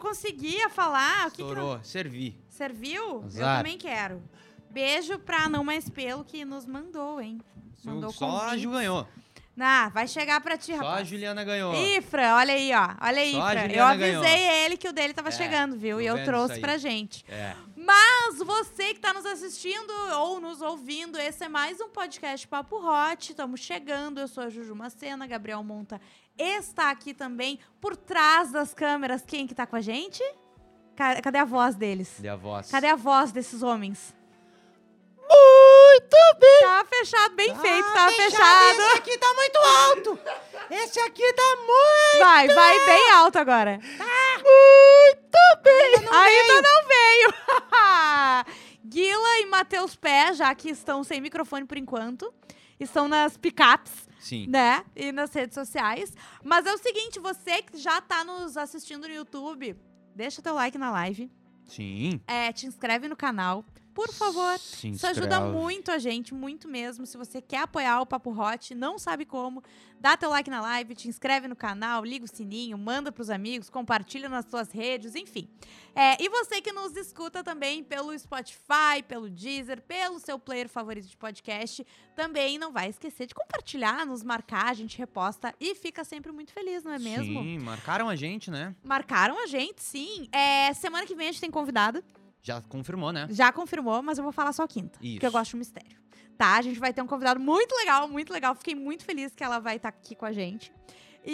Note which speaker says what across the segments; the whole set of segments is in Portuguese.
Speaker 1: conseguia falar. Ah, O que que não-
Speaker 2: Ah. Estourou, servi.
Speaker 1: Serviu? Eu
Speaker 2: Azar.
Speaker 1: também quero. Beijo pra Não Mais Pelo que nos mandou, hein? Mandou
Speaker 2: Só a
Speaker 1: convite.
Speaker 2: Ju ganhou.
Speaker 1: Ah, vai chegar pra ti,
Speaker 2: Só a
Speaker 1: rapaz.
Speaker 2: Juliana ganhou.
Speaker 1: Ih, Fran, olha aí, ó. Olha aí,
Speaker 2: Só a
Speaker 1: Fran. Eu
Speaker 2: Juliana
Speaker 1: avisei
Speaker 2: ganhou.
Speaker 1: ele que o dele tava
Speaker 2: É,
Speaker 1: chegando, viu?
Speaker 2: tô
Speaker 1: E eu
Speaker 2: vendo
Speaker 1: trouxe
Speaker 2: isso aí.
Speaker 1: pra gente.
Speaker 2: É.
Speaker 1: Mas você que tá nos assistindo ou nos ouvindo, esse é mais um podcast Papo Hot. Estamos chegando. Eu sou a Juju Macena, Gabriel Monta está aqui também. Por trás das câmeras, quem que tá com a gente? Ca- Cadê a voz deles?
Speaker 2: Cadê a voz?
Speaker 1: Cadê a voz desses homens? Muito bem! Tá fechado,
Speaker 2: Ah,
Speaker 1: bem feito, tá fechado.
Speaker 2: Esse aqui tá muito alto. Esse aqui tá muito...
Speaker 1: Vai, vai bem alto agora. Muito bem! Ainda não veio! Guila e Matheus Pé, já que estão sem microfone por enquanto, estão nas picapes
Speaker 2: Sim.
Speaker 1: né? E nas redes sociais. Mas é o seguinte, você que já tá nos assistindo no YouTube, deixa teu like na live,
Speaker 2: Sim.
Speaker 1: é, te inscreve no canal, por favor.
Speaker 2: Se
Speaker 1: Isso ajuda
Speaker 2: inscreve.
Speaker 1: muito a gente, muito mesmo. Se você quer apoiar o Papo Hot, não sabe como, dá teu like na live, te inscreve no canal, liga o sininho, manda pros amigos, compartilha nas suas redes, enfim. É, e você que nos escuta também pelo Spotify, pelo Deezer, pelo seu player favorito de podcast, também não vai esquecer de compartilhar, nos marcar, a gente reposta e fica sempre muito feliz, não é mesmo?
Speaker 2: Sim, marcaram a gente, né?
Speaker 1: Marcaram a gente, sim. É, semana que vem a gente tem convidado.
Speaker 2: Já confirmou, né?
Speaker 1: Já confirmou, mas eu vou falar só quinta. Porque eu
Speaker 2: Isso.
Speaker 1: gosto de mistério. Tá? A gente vai ter um convidado muito legal, muito legal. Fiquei muito feliz que ela vai estar aqui com a gente.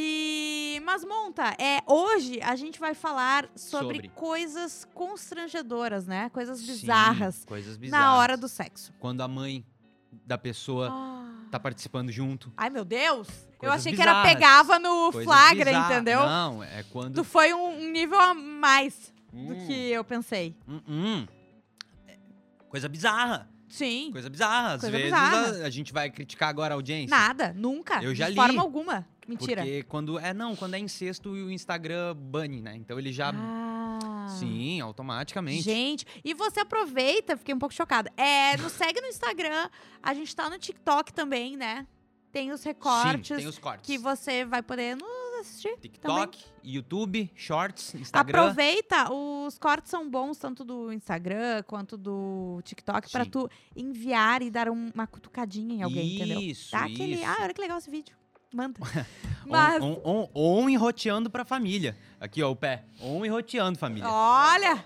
Speaker 1: E. Mas, Monta, é, hoje a gente vai falar sobre,
Speaker 2: Sobre.
Speaker 1: coisas constrangedoras, né? Coisas
Speaker 2: Sim,
Speaker 1: bizarras,
Speaker 2: coisas bizarras.
Speaker 1: na hora do sexo.
Speaker 2: Quando a mãe da pessoa
Speaker 1: Ah.
Speaker 2: tá participando junto.
Speaker 1: Ai, meu Deus! eu
Speaker 2: Coisas
Speaker 1: achei que
Speaker 2: bizarras.
Speaker 1: era pegava no
Speaker 2: Coisas
Speaker 1: flagra,
Speaker 2: bizarras.
Speaker 1: entendeu?
Speaker 2: Não, é quando...
Speaker 1: Tu foi um, um nível a mais do
Speaker 2: Hum,
Speaker 1: que eu pensei.
Speaker 2: hum, hum. É Coisa bizarra.
Speaker 1: Sim.
Speaker 2: Coisa bizarra. Às
Speaker 1: Coisa
Speaker 2: vezes
Speaker 1: bizarra.
Speaker 2: A, a gente vai criticar agora a audiência.
Speaker 1: Nada, nunca.
Speaker 2: Eu já
Speaker 1: de
Speaker 2: li.
Speaker 1: forma alguma. Mentira.
Speaker 2: Porque quando. É, não, quando é incesto o Instagram bane, né? Então ele já.
Speaker 1: Ah.
Speaker 2: Sim, automaticamente.
Speaker 1: Gente, e você aproveita, fiquei um pouco chocada. É, nos segue no Instagram, a gente tá no TikTok também, né? Tem os recortes
Speaker 2: Sim, tem os cortes.
Speaker 1: que você vai poder nos assistir.
Speaker 2: TikTok, YouTube, Shorts, Instagram.
Speaker 1: Aproveita, os cortes são bons tanto do Instagram quanto do TikTok pra
Speaker 2: Sim.
Speaker 1: tu enviar e dar um- uma cutucadinha em alguém, entendeu?
Speaker 2: Isso,
Speaker 1: Dá aquele,
Speaker 2: isso.
Speaker 1: ah, olha que legal esse vídeo. Manda.
Speaker 2: On-
Speaker 1: Mas
Speaker 2: on- on- on enroteando pra família. Aqui, ó, o pé. On enroteando, família.
Speaker 1: olha,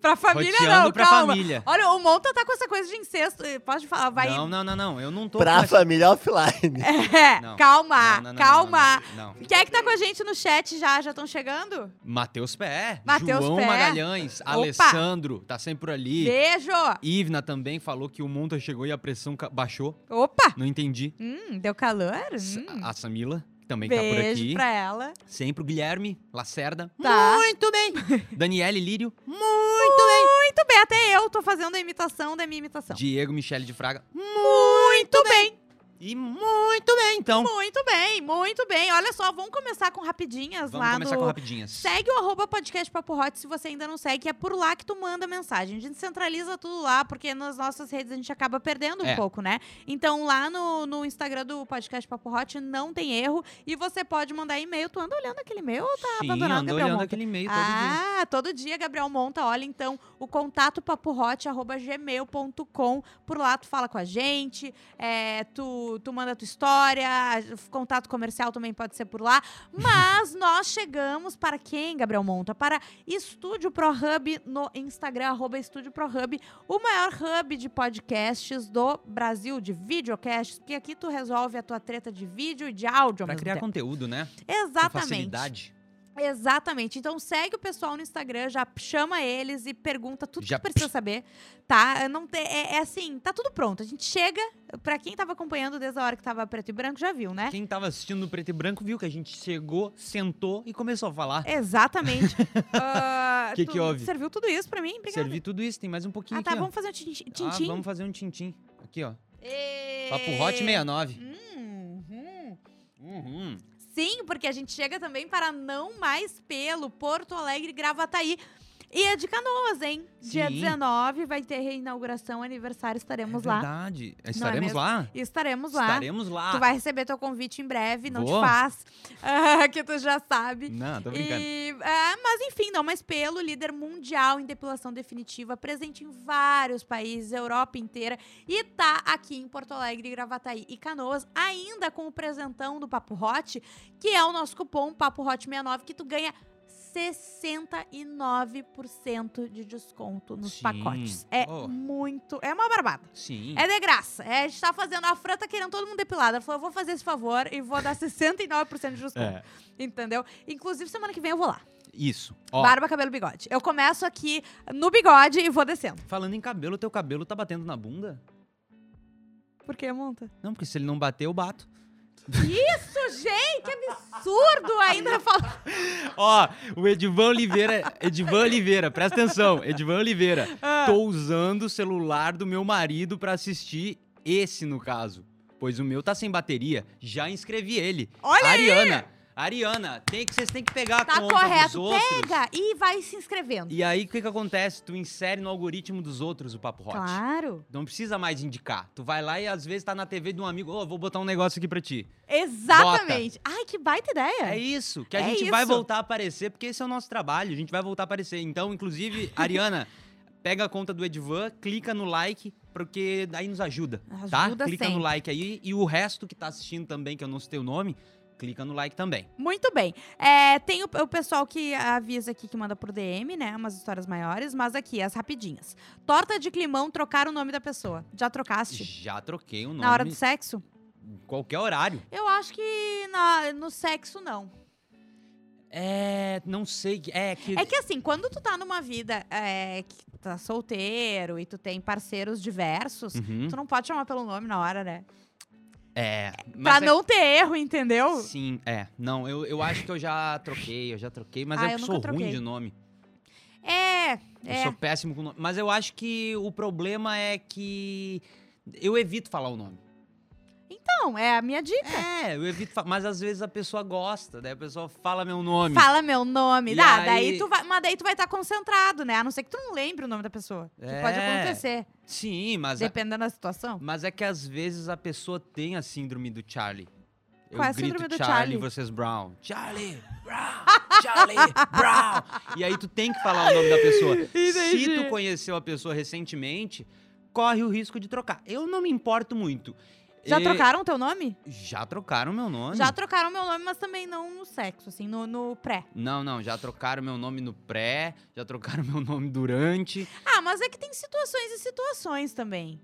Speaker 1: pra família
Speaker 2: Roteando
Speaker 1: não,
Speaker 2: pra
Speaker 1: calma.
Speaker 2: família.
Speaker 1: Olha, o Monta tá com essa coisa de incesto. eh, Pode falar, vai
Speaker 2: É. Não, não, não, não. Eu não tô.
Speaker 3: Pra
Speaker 2: com-
Speaker 3: família offline.
Speaker 1: É,
Speaker 2: Não,
Speaker 1: calma,
Speaker 2: não, não, não,
Speaker 1: calma.
Speaker 2: Não, não, não, não.
Speaker 1: Quem é que tá com a gente no chat já? Já estão chegando?
Speaker 2: Matheus Pé. é.
Speaker 1: Matheus
Speaker 2: João
Speaker 1: Pé.
Speaker 2: Magalhães.
Speaker 1: Opa.
Speaker 2: Alessandro. Tá sempre por ali.
Speaker 1: Beijo!
Speaker 2: Ivna também falou que o Monta chegou e a pressão ca- baixou.
Speaker 1: Opa!
Speaker 2: Não entendi.
Speaker 1: Hum, deu calor?
Speaker 2: S-
Speaker 1: Hum.
Speaker 2: A Samila também tá ah, por
Speaker 1: Beijo
Speaker 2: aqui.
Speaker 1: pra ela.
Speaker 2: Sempre o Guilherme Lacerda.
Speaker 1: Tá.
Speaker 2: Muito bem. Daniele Lírio.
Speaker 1: Muito bem! Muito bem, até eu tô fazendo a imitação da minha imitação.
Speaker 2: Diego Michele de Fraga.
Speaker 1: Muito bem!
Speaker 2: E muito bem, então.
Speaker 1: Muito bem, muito bem. Olha só, vamos começar com rapidinhas
Speaker 2: Vamos
Speaker 1: lá
Speaker 2: começar
Speaker 1: no
Speaker 2: com rapidinhas.
Speaker 1: Segue o arroba podcast Papo Hot se você ainda não segue. É por lá que tu manda mensagem. A gente centraliza tudo lá, porque nas nossas redes a gente acaba perdendo um
Speaker 2: É.
Speaker 1: pouco, né? Então lá no, no Instagram do podcast Papo Hot não tem erro. E você pode mandar e-mail. Tu anda olhando aquele e-mail ou tá
Speaker 2: Sim,
Speaker 1: abandonando,
Speaker 2: ando
Speaker 1: Gabriel
Speaker 2: olhando
Speaker 1: Monta?
Speaker 2: aquele e-mail todo dia.
Speaker 1: ah, todo dia, Gabriel Monta. Olha, então, o contato paporrote.gmail.com. Por lá tu fala com a gente, é, tu, tu manda a tua história, contato comercial também pode ser por lá. Mas nós chegamos para quem, Gabriel Monta? Para Estúdio Pro Hub no Instagram, arroba Estúdio Pro Hub, o maior hub de podcasts do Brasil, de videocasts, porque aqui tu resolve a tua treta de vídeo e de áudio ao
Speaker 2: Pra
Speaker 1: mesmo
Speaker 2: criar
Speaker 1: tempo.
Speaker 2: conteúdo, né? Com
Speaker 1: Exatamente.
Speaker 2: facilidade.
Speaker 1: Exatamente. Então segue o pessoal no Instagram, já chama eles e pergunta tudo
Speaker 2: Já
Speaker 1: que tu precisa saber, tá? Não te- é, é assim, tá tudo pronto. A gente chega, pra quem tava acompanhando desde a hora que tava preto e branco, já viu, né?
Speaker 2: Quem tava assistindo no preto e branco viu que a gente chegou, sentou e começou a
Speaker 1: É,
Speaker 2: falar.
Speaker 1: Exatamente. Ah,
Speaker 2: Que
Speaker 1: tu
Speaker 2: que houve?
Speaker 1: Serviu tudo isso pra mim? Obrigada.
Speaker 2: Servi tudo isso, tem mais um pouquinho
Speaker 1: Ah, tá,
Speaker 2: aqui, ó.
Speaker 1: vamos fazer um tin-
Speaker 2: Ah,
Speaker 1: tintim.
Speaker 2: vamos fazer um tintim. Aqui, ó.
Speaker 1: E-
Speaker 2: Papo Hot 69.
Speaker 1: Hum, hum.
Speaker 2: Uhum.
Speaker 1: Sim, porque a gente chega também para Não Mais Pelo, Porto Alegre Gravataí. E é de Canoas, hein? Dia
Speaker 2: Sim.
Speaker 1: 19 vai ter reinauguração, aniversário, estaremos
Speaker 2: é
Speaker 1: lá.
Speaker 2: verdade. Estaremos
Speaker 1: mesmo?
Speaker 2: lá?
Speaker 1: Estaremos lá.
Speaker 2: Estaremos lá.
Speaker 1: Tu vai receber teu convite em breve, não
Speaker 2: Vou.
Speaker 1: te faz, ah, que tu já sabe.
Speaker 2: Não, tô brincando.
Speaker 1: E, ah, mas enfim, não, mas pelo líder mundial em depilação definitiva, presente em vários países, Europa inteira, e tá aqui em Porto Alegre, Gravataí e Canoas, ainda com o presentão do Papo Hot, que é o nosso cupom Papo Hot 69, que tu ganha 69% de desconto nos
Speaker 2: Sim.
Speaker 1: pacotes. É
Speaker 2: Oh. Hum.
Speaker 1: muito, é uma barbada.
Speaker 2: Sim.
Speaker 1: É de graça. É, a gente tá fazendo. A Fran tá querendo todo mundo depilado. Ela falou: eu vou fazer esse favor e vou dar 69% de desconto.
Speaker 2: É,
Speaker 1: Entendeu? Inclusive, semana que vem eu vou lá.
Speaker 2: isso. Ó,
Speaker 1: Barba, cabelo, bigode. Eu começo aqui no bigode e vou descendo.
Speaker 2: falando em cabelo, teu cabelo tá batendo na bunda?
Speaker 1: Por que, monta?
Speaker 2: Não, porque se ele não bater, eu bato.
Speaker 1: Isso, gente! Que absurdo ainda falar.
Speaker 2: Ó, o Edivan Oliveira, Edivan Oliveira, presta atenção, Edivan Oliveira. Tô usando o celular do meu marido pra assistir esse, no caso. Pois o meu tá sem bateria. Já inscrevi ele.
Speaker 1: Olha aí!
Speaker 2: Ariana, Ariana, tem que, vocês têm que pegar a
Speaker 1: Tá
Speaker 2: conta dos
Speaker 1: correto.
Speaker 2: outros.
Speaker 1: Pega e vai se inscrevendo.
Speaker 2: E aí, o que que acontece? Tu insere no algoritmo dos outros o Papo Hot.
Speaker 1: Claro.
Speaker 2: Não precisa mais indicar. Tu vai lá e às vezes tá na TV de um amigo, ô, vou botar um negócio aqui pra ti.
Speaker 1: Exatamente. Ai, que baita ideia.
Speaker 2: É isso, que a
Speaker 1: É
Speaker 2: gente vai
Speaker 1: isso.
Speaker 2: voltar a aparecer, porque esse é o nosso trabalho, a gente vai voltar a aparecer. Então, inclusive, Ariana, pega a conta do Edvan, clica no like, porque daí nos ajuda, tá?
Speaker 1: Ajuda
Speaker 2: clica no
Speaker 1: sempre.
Speaker 2: like aí e o resto que tá assistindo também, que eu não sei o nome, clica no like também.
Speaker 1: Muito bem. É, tem o, o pessoal que avisa aqui que manda pro DM, né? Umas histórias maiores, mas aqui, as rapidinhas. Torta de climão, trocar o nome da pessoa. Já trocaste?
Speaker 2: Já troquei o nome.
Speaker 1: Na hora do sexo?
Speaker 2: em Qualquer horário.
Speaker 1: Eu acho que na- no sexo não.
Speaker 2: É, não sei. É que.
Speaker 1: É que assim, quando tu tá numa vida é, que tu tá solteiro e tu tem parceiros diversos,
Speaker 2: Uhum.
Speaker 1: tu não pode chamar pelo nome na hora, né?
Speaker 2: É.
Speaker 1: pra
Speaker 2: mas é-
Speaker 1: não ter erro, entendeu?
Speaker 2: Sim, é. Não, eu, eu acho que eu já troquei, eu já troquei, mas
Speaker 1: Ah,
Speaker 2: eu,
Speaker 1: eu
Speaker 2: sou
Speaker 1: nunca
Speaker 2: ruim
Speaker 1: troquei.
Speaker 2: de nome.
Speaker 1: É,
Speaker 2: Eu
Speaker 1: é.
Speaker 2: sou péssimo com nome. Mas eu acho que o problema é que eu evito falar o nome.
Speaker 1: Então, é a minha dica.
Speaker 2: É, eu evito falar. Mas às vezes a pessoa gosta, daí a pessoa fala meu nome.
Speaker 1: Fala meu nome.
Speaker 2: E
Speaker 1: Dá,
Speaker 2: aí-
Speaker 1: daí tu vai, mas daí tu vai estar concentrado, né? A não ser que tu não lembre o nome da pessoa. Que pode
Speaker 2: É.
Speaker 1: acontecer,
Speaker 2: Sim, mas, a-
Speaker 1: dependendo da situação.
Speaker 2: mas é que às vezes a pessoa tem a síndrome do Charlie. Eu
Speaker 1: Qual é a
Speaker 2: grito
Speaker 1: síndrome do
Speaker 2: Charlie
Speaker 1: Charlie?
Speaker 2: e vocês Brown. Charlie! Brown! Charlie! Brown! E aí tu tem que falar o nome da pessoa. Se tu
Speaker 1: Entendi.
Speaker 2: conheceu a pessoa recentemente, corre o risco de trocar. Eu não me importo muito.
Speaker 1: Já
Speaker 2: Eh,
Speaker 1: trocaram o teu nome?
Speaker 2: Já trocaram meu nome.
Speaker 1: Já trocaram meu nome, mas também não no sexo, assim, no, no pré.
Speaker 2: Não, não, já trocaram meu nome no pré, já trocaram meu nome durante.
Speaker 1: Ah, mas é que tem situações e situações também.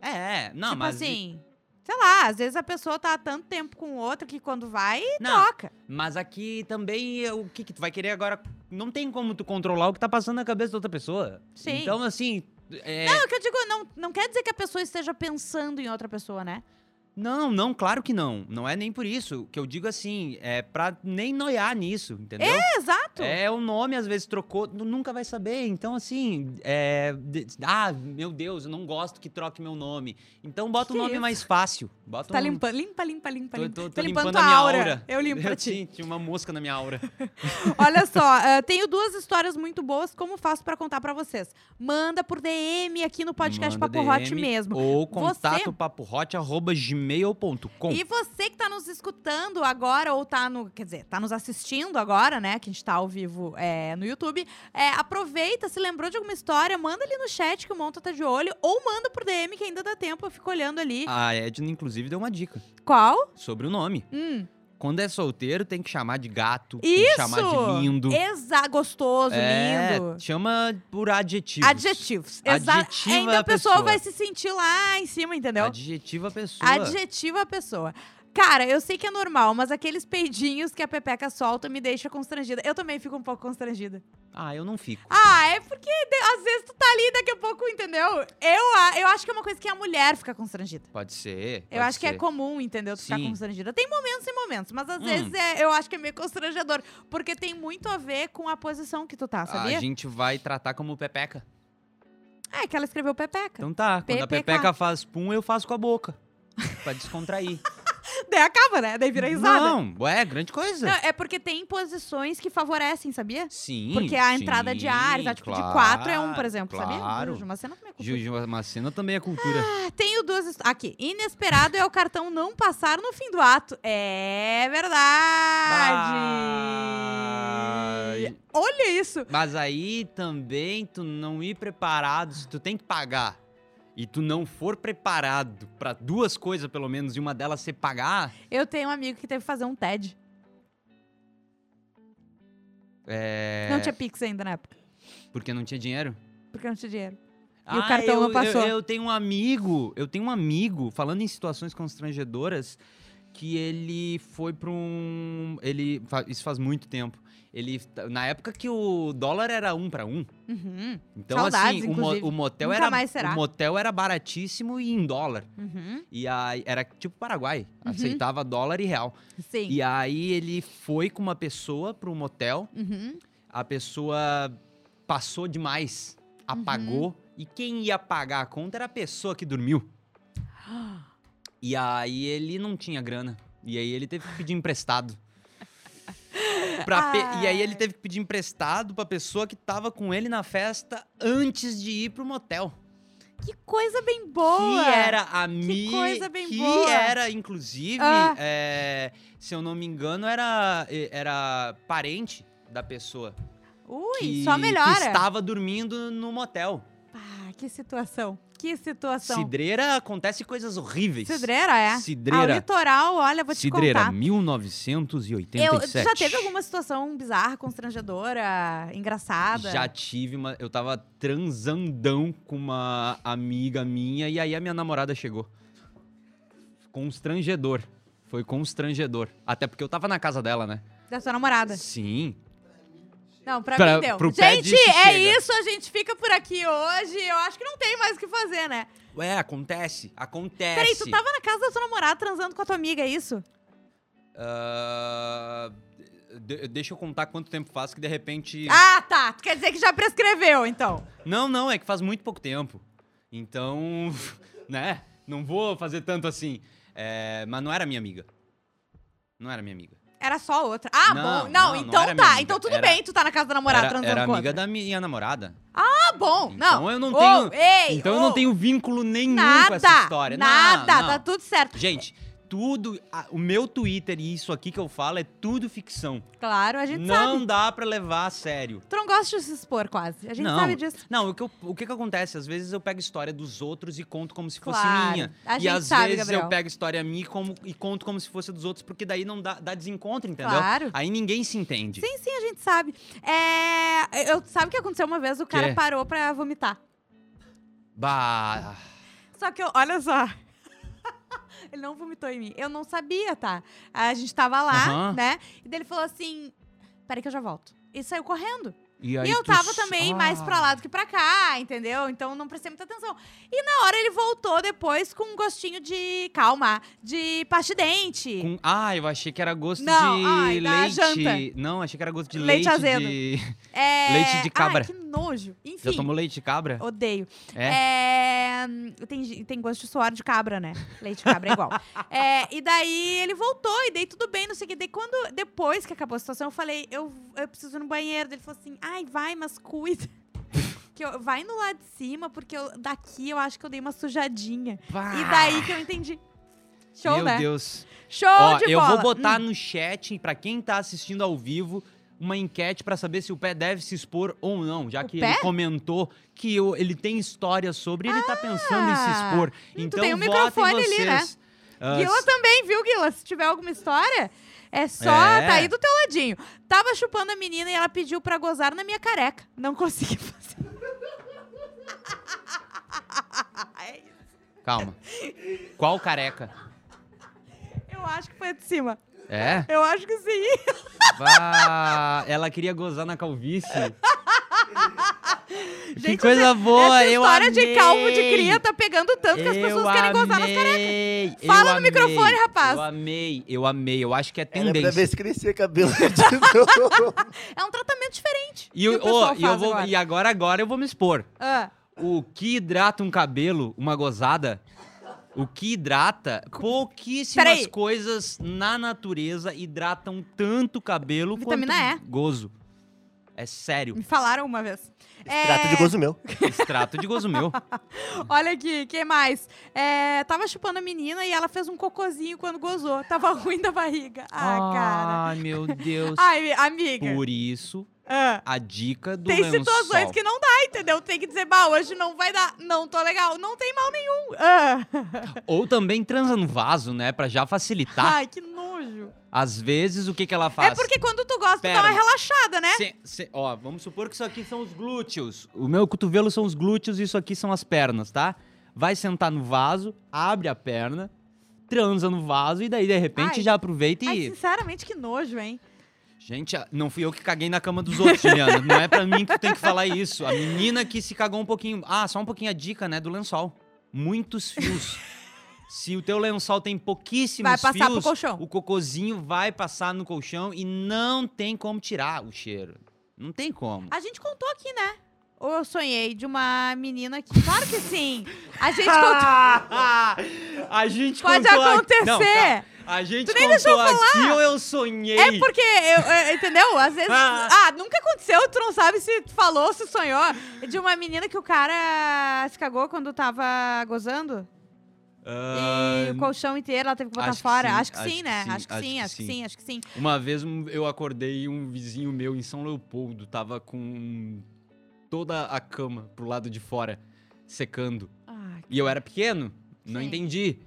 Speaker 2: É, é, não,
Speaker 1: tipo
Speaker 2: mas.
Speaker 1: assim, sei lá, às vezes a pessoa tá há tanto tempo com outra que quando vai,
Speaker 2: Não.
Speaker 1: troca.
Speaker 2: Mas aqui também, eh, o que, que tu vai querer agora? Não tem como tu controlar o que tá passando na cabeça da outra pessoa.
Speaker 1: Sim.
Speaker 2: Então, assim. é-
Speaker 1: Não, o que eu digo, não, não quer dizer que a pessoa esteja pensando em outra pessoa, né?
Speaker 2: Não, não, claro que não. Não é nem por isso. O que eu digo assim, é pra nem noiar nisso, entendeu?
Speaker 1: É, exato.
Speaker 2: É, o nome às vezes trocou, tu nunca vai saber. Então, assim, é. de- Ah, meu Deus, eu não gosto que troque meu nome. Então, bota
Speaker 1: Que
Speaker 2: um nome
Speaker 1: isso?
Speaker 2: mais fácil. Bota
Speaker 1: Tá
Speaker 2: um,
Speaker 1: limpando, limpa, limpa, limpa,
Speaker 2: Tô,
Speaker 1: limpa.
Speaker 2: tô-
Speaker 1: Tô
Speaker 2: tô
Speaker 1: tá limpando,
Speaker 2: a
Speaker 1: a
Speaker 2: minha
Speaker 1: aura.
Speaker 2: aura.
Speaker 1: Eu limpo pra ti.
Speaker 2: Tinha, tinha uma mosca na minha aura.
Speaker 1: Olha só, eh, tenho duas histórias muito boas. Como faço pra contar pra vocês? Manda por DM aqui no podcast
Speaker 2: Manda
Speaker 1: Papo Hot
Speaker 2: DM
Speaker 1: mesmo.
Speaker 2: Ou
Speaker 1: Você-
Speaker 2: contato papohot.gmail.com.
Speaker 1: E você que tá nos escutando agora, ou tá no. Quer dizer, tá nos assistindo agora, né? Que a gente tá ao vivo eh, no YouTube. eh, aproveita, se lembrou de alguma história, manda ali no chat que o Monta tá de olho. Ou manda por DM, que ainda dá tempo, eu fico olhando ali.
Speaker 2: A Edna, inclusive, deu uma dica
Speaker 1: Qual?
Speaker 2: sobre o nome.
Speaker 1: Hum.
Speaker 2: Quando é solteiro, tem que chamar de gato, tem que
Speaker 1: Isso!
Speaker 2: chamar de lindo.
Speaker 1: Exa gostoso,
Speaker 2: É,
Speaker 1: lindo.
Speaker 2: Chama por adjetivos.
Speaker 1: Adjetivos. Exa
Speaker 2: Adjetiva
Speaker 1: Ainda
Speaker 2: a
Speaker 1: a pessoa
Speaker 2: pessoa.
Speaker 1: vai se sentir lá em cima, entendeu?
Speaker 2: Adjetiva a pessoa.
Speaker 1: Adjetiva a pessoa. Cara, eu sei que é normal, mas aqueles peidinhos que a Pepeca solta me deixa constrangida. Eu também fico um pouco constrangida.
Speaker 2: Ah, eu não fico.
Speaker 1: Ah, é porque de- às vezes tu tá ali daqui a pouco, entendeu? Eu, a- eu acho que é uma coisa que a mulher fica constrangida.
Speaker 2: Pode ser.
Speaker 1: Eu
Speaker 2: pode
Speaker 1: acho que é
Speaker 2: ser.
Speaker 1: comum, entendeu? Tu ficar
Speaker 2: Sim.
Speaker 1: constrangida. Tem momentos e momentos, mas às
Speaker 2: Hum.
Speaker 1: vezes é- eu acho que é meio constrangedor. Porque tem muito a ver com a posição que tu tá, sabia?
Speaker 2: A gente vai tratar como pepeca.
Speaker 1: É, que ela escreveu Pepeca.
Speaker 2: Então tá, quando a
Speaker 1: PPK.
Speaker 2: pepeca faz pum, eu faço com a boca. Pra descontrair.
Speaker 1: Daí acaba, né? Daí vira risada.
Speaker 2: Não, é grande coisa.
Speaker 1: Não, é porque tem posições que favorecem, sabia?
Speaker 2: Sim.
Speaker 1: Porque a
Speaker 2: sim,
Speaker 1: entrada de ar, tá, tipo, de
Speaker 2: claro,
Speaker 1: 4 é 1, por exemplo, sabia?
Speaker 2: claro.
Speaker 1: Juju, Mas você não comeu
Speaker 2: Juju Macena também é cultura.
Speaker 1: ah, Tenho duas. his- Aqui. Inesperado é o cartão não passar no fim do ato. É
Speaker 2: Ah.
Speaker 1: verdade.
Speaker 2: Ai.
Speaker 1: Olha isso.
Speaker 2: Mas aí também tu não ir preparado, se tu tem que pagar e tu não for preparado pra duas coisas pelo menos e uma delas ser pagar,
Speaker 1: Eu tenho um amigo que teve que fazer um TED.
Speaker 2: é
Speaker 1: Não tinha Pix ainda na época,
Speaker 2: porque não tinha dinheiro.
Speaker 1: porque não tinha dinheiro. E o cartão não
Speaker 2: Ah, eu-
Speaker 1: passou.
Speaker 2: Eu, eu tenho um amigo, eu tenho um amigo falando em situações constrangedoras que ele foi pra um, ele fa- isso faz muito tempo. Ele na época que o dólar era um pra um.
Speaker 1: Uhum,
Speaker 2: Então
Speaker 1: Saudades,
Speaker 2: assim, o, mo-
Speaker 1: inclusive.
Speaker 2: o motel
Speaker 1: Nunca
Speaker 2: era
Speaker 1: mais será.
Speaker 2: o motel era baratíssimo e em dólar.
Speaker 1: uhum.
Speaker 2: E aí, era tipo Paraguai, aceitava dólar e real.
Speaker 1: Sim.
Speaker 2: E aí ele foi com uma pessoa para um motel,
Speaker 1: Uhum.
Speaker 2: a pessoa passou demais, apagou, e quem ia pagar a conta era a pessoa que dormiu. E aí ele não tinha grana, e aí ele teve que pedir emprestado. Pra pe- E aí ele
Speaker 1: Ah.
Speaker 2: teve que pedir emprestado pra pessoa que tava com ele na festa antes de ir pro motel.
Speaker 1: Que coisa bem boa!
Speaker 2: Que era a Mi.
Speaker 1: coisa bem
Speaker 2: que
Speaker 1: boa.
Speaker 2: era, inclusive,
Speaker 1: Ah.
Speaker 2: é, se eu não me engano, era, era parente da pessoa.
Speaker 1: Ui,
Speaker 2: que,
Speaker 1: só melhora.
Speaker 2: Que estava dormindo no motel.
Speaker 1: Pá, que situação. Que situação.
Speaker 2: Cidreira acontece coisas horríveis.
Speaker 1: Cidreira, é.
Speaker 2: Cidreira.
Speaker 1: Ao litoral, olha, vou te
Speaker 2: Cidreira,
Speaker 1: contar.
Speaker 2: 1987.
Speaker 1: Eu, tu já teve alguma situação bizarra, constrangedora, engraçada?
Speaker 2: Já tive uma. Eu tava transandão com uma amiga minha e aí a minha namorada chegou. Constrangedor. Foi constrangedor. Até porque eu tava na casa dela, né?
Speaker 1: Da sua namorada?
Speaker 2: Sim.
Speaker 1: Não, pra,
Speaker 2: Pra-
Speaker 1: mim deu.
Speaker 2: pro pé
Speaker 1: gente,
Speaker 2: disso
Speaker 1: é
Speaker 2: chega.
Speaker 1: isso. A gente fica por aqui hoje. Eu acho que não tem mais o que fazer, né?
Speaker 2: Ué, acontece. Acontece.
Speaker 1: Peraí, tu tava na casa da sua namorada transando com a tua amiga, é isso?
Speaker 2: Ah, de- deixa eu contar quanto tempo faz que de repente.
Speaker 1: Ah, tá. Tu quer dizer que já prescreveu, então.
Speaker 2: Não, não, é que faz muito pouco tempo. Então, né? Não vou fazer tanto assim. É, mas não era minha amiga. Não era minha amiga.
Speaker 1: Era só outra. Ah,
Speaker 2: Não,
Speaker 1: bom. Não,
Speaker 2: não, não
Speaker 1: então
Speaker 2: era minha
Speaker 1: tá.
Speaker 2: amiga.
Speaker 1: Então tudo
Speaker 2: Era-
Speaker 1: bem, tu tá na casa da namorada
Speaker 2: era
Speaker 1: transando
Speaker 2: era
Speaker 1: com
Speaker 2: amiga
Speaker 1: outra.
Speaker 2: da minha namorada.
Speaker 1: Tá bom.
Speaker 2: Então
Speaker 1: não.
Speaker 2: eu não
Speaker 1: Ô,
Speaker 2: tenho-
Speaker 1: ei,
Speaker 2: Então eu
Speaker 1: ô,
Speaker 2: não tenho vínculo nenhum
Speaker 1: nada,
Speaker 2: com essa história. Não,
Speaker 1: Nada,
Speaker 2: não.
Speaker 1: tá tudo certo.
Speaker 2: Gente, tudo. a- o meu Twitter e isso aqui que eu falo é tudo ficção.
Speaker 1: Claro, a gente
Speaker 2: Não
Speaker 1: sabe.
Speaker 2: dá pra levar a sério.
Speaker 1: Tu não gosta de se expor quase. A gente
Speaker 2: Não.
Speaker 1: sabe disso.
Speaker 2: Não, o que, eu- o que que acontece? Às vezes eu pego história dos outros e conto como se fosse
Speaker 1: Claro.
Speaker 2: minha.
Speaker 1: A
Speaker 2: e
Speaker 1: gente
Speaker 2: às
Speaker 1: sabe,
Speaker 2: vezes
Speaker 1: Gabriel.
Speaker 2: eu pego história minha e, como- e conto como se fosse dos outros, porque daí não dá, dá desencontro, entendeu?
Speaker 1: Claro.
Speaker 2: Aí ninguém se entende.
Speaker 1: Sim, sim, a gente sabe. É, eu, sabe o que aconteceu uma vez? O cara
Speaker 2: Quê?
Speaker 1: parou pra vomitar.
Speaker 2: Bah.
Speaker 1: Só que eu, olha só. ele não vomitou em mim. Eu não sabia, tá? A gente tava lá,
Speaker 2: Aham.
Speaker 1: né? E daí ele falou assim: peraí que eu já volto. E saiu correndo.
Speaker 2: E, aí
Speaker 1: e eu
Speaker 2: tu
Speaker 1: tava
Speaker 2: s-
Speaker 1: também
Speaker 2: Ah.
Speaker 1: mais pra lá do que pra cá, entendeu? Então não prestei muita atenção. E na hora ele voltou depois com um gostinho de. calma, de pasta de dente.
Speaker 2: Com- ah, eu achei que era gosto
Speaker 1: Não,
Speaker 2: de
Speaker 1: ai, da
Speaker 2: leite.
Speaker 1: janta.
Speaker 2: Não, achei que era gosto de
Speaker 1: Leite
Speaker 2: leite.
Speaker 1: azedo.
Speaker 2: de-
Speaker 1: É,
Speaker 2: leite de
Speaker 1: ai,
Speaker 2: cabra.
Speaker 1: que nojo. Enfim.
Speaker 2: Já tomou leite de cabra?
Speaker 1: Odeio.
Speaker 2: É.
Speaker 1: É, hum, tem, gi- tem gosto de suor de cabra, né? Leite de cabra é igual. É, e daí ele voltou, e daí tudo bem, não sei o que. Daí quando, depois que acabou a situação, eu falei, eu, eu preciso ir no banheiro. Daí Ele falou assim, ai, vai, mas cuida. Que eu, vai no lado de cima, porque eu- daqui eu acho que eu dei uma sujadinha.
Speaker 2: Bah.
Speaker 1: E daí que eu entendi. Show,
Speaker 2: Ah. Meu
Speaker 1: né?
Speaker 2: Deus.
Speaker 1: Show
Speaker 2: Ó,
Speaker 1: de
Speaker 2: eu
Speaker 1: bola. Hum.
Speaker 2: vou botar no chat, pra quem tá assistindo ao vivo, uma enquete pra saber se o pé deve se expor ou não, já
Speaker 1: O
Speaker 2: que
Speaker 1: pé?
Speaker 2: ele comentou que o- ele tem história sobre, ele tá pensando em se expor.
Speaker 1: Hum, tu
Speaker 2: Então
Speaker 1: tem um
Speaker 2: votem
Speaker 1: microfone ali,
Speaker 2: vocês.
Speaker 1: né?
Speaker 2: Ah,
Speaker 1: Guila também, viu, Guila? Se tiver alguma história, é só.
Speaker 2: É.
Speaker 1: Tá aí do teu ladinho. Tava chupando a menina e ela pediu pra gozar na minha careca. Não consegui fazer.
Speaker 2: Calma. Qual careca?
Speaker 1: Eu acho que foi a de cima.
Speaker 2: É?
Speaker 1: Eu acho que sim.
Speaker 2: Vá, Ela queria gozar na calvície. que
Speaker 1: Gente,
Speaker 2: coisa boa,
Speaker 1: Essa
Speaker 2: eu
Speaker 1: história de calvo de
Speaker 2: amei.
Speaker 1: cria tá pegando tanto que as
Speaker 2: Eu
Speaker 1: pessoas querem gozar nas carecas.
Speaker 2: amei, eu
Speaker 1: Fala no
Speaker 2: amei,
Speaker 1: microfone, rapaz.
Speaker 2: Eu amei, eu amei. Eu acho que é
Speaker 3: Era
Speaker 2: tendência.
Speaker 3: pra ver se crescia cabelo de novo.
Speaker 1: É um tratamento diferente.
Speaker 2: E, eu,
Speaker 1: que o pessoal
Speaker 2: ô, e eu
Speaker 1: faz
Speaker 2: vou-
Speaker 1: agora.
Speaker 2: e agora, agora eu vou me expor.
Speaker 1: Ah,
Speaker 2: O que hidrata um cabelo, uma gozada, O que hidrata, pouquíssimas
Speaker 1: Peraí.
Speaker 2: coisas na natureza hidratam tanto o cabelo
Speaker 1: Vitamina
Speaker 2: quanto gozo. É sério.
Speaker 1: Me falaram uma vez. É,
Speaker 3: Extrato de gozo meu.
Speaker 2: Extrato de gozo meu.
Speaker 1: Olha aqui, que mais? É, tava chupando a menina e ela fez um cocôzinho quando gozou. Tava ruim da barriga. Ah, cara.
Speaker 2: Ai, meu Deus.
Speaker 1: Ai, amiga.
Speaker 2: Por isso,
Speaker 1: Ah.
Speaker 2: a dica do
Speaker 1: Tem
Speaker 2: lençol.
Speaker 1: situações que não dá, entendeu? Tem que dizer, bah, hoje não vai dar, não tô legal, não tem mal nenhum. Ah.
Speaker 2: Ou também transa no vaso, né? Pra já facilitar.
Speaker 1: Ai, que nojo.
Speaker 2: Às vezes, o que, que ela faz?
Speaker 1: É porque quando tu gosta, tu dá
Speaker 2: Pera.
Speaker 1: uma relaxada, né?
Speaker 2: Se- se- ó, vamos supor que isso aqui são os glúteos. O meu cotovelo são os glúteos e isso aqui são as pernas, tá? Vai sentar no vaso, abre a perna, transa no vaso e daí de repente
Speaker 1: Ai.
Speaker 2: já aproveita
Speaker 1: Ai,
Speaker 2: e.
Speaker 1: sinceramente, que nojo, hein?
Speaker 2: Gente, a- não fui eu que caguei na cama dos outros, Juliana. Não é pra mim que tu tem que falar isso. A menina que se cagou um pouquinho. Ah, só um pouquinho a dica, né? Do lençol. Muitos fios. Se o teu lençol tem pouquíssimos
Speaker 1: Vai passar pro
Speaker 2: fios,
Speaker 1: colchão.
Speaker 2: o cocôzinho vai passar no colchão e não tem como tirar o cheiro. Não tem como.
Speaker 1: A gente contou aqui, né? Ou eu sonhei de uma menina que. Claro que sim! A gente contou.
Speaker 2: a gente
Speaker 1: Pode
Speaker 2: contou aqui-
Speaker 1: acontecer!
Speaker 2: Não, tá. A gente
Speaker 1: Tu nem
Speaker 2: contou aqui ou eu sonhei.
Speaker 1: É porque, eu- é, entendeu? Às vezes.
Speaker 2: Ah.
Speaker 1: ah, nunca aconteceu, tu não sabe se tu falou, se sonhou. De uma menina que o cara se cagou quando tava gozando. E o colchão inteiro ela teve que botar
Speaker 2: Ah, acho que
Speaker 1: fora.
Speaker 2: sim,
Speaker 1: acho que sim, né? Acho que sim, acho que sim, acho que sim.
Speaker 2: Uma vez um- eu acordei e um vizinho meu em São Leopoldo tava com toda a cama pro lado de fora, secando.
Speaker 1: Ah,
Speaker 2: E eu era pequeno, não
Speaker 1: Sim.
Speaker 2: entendi.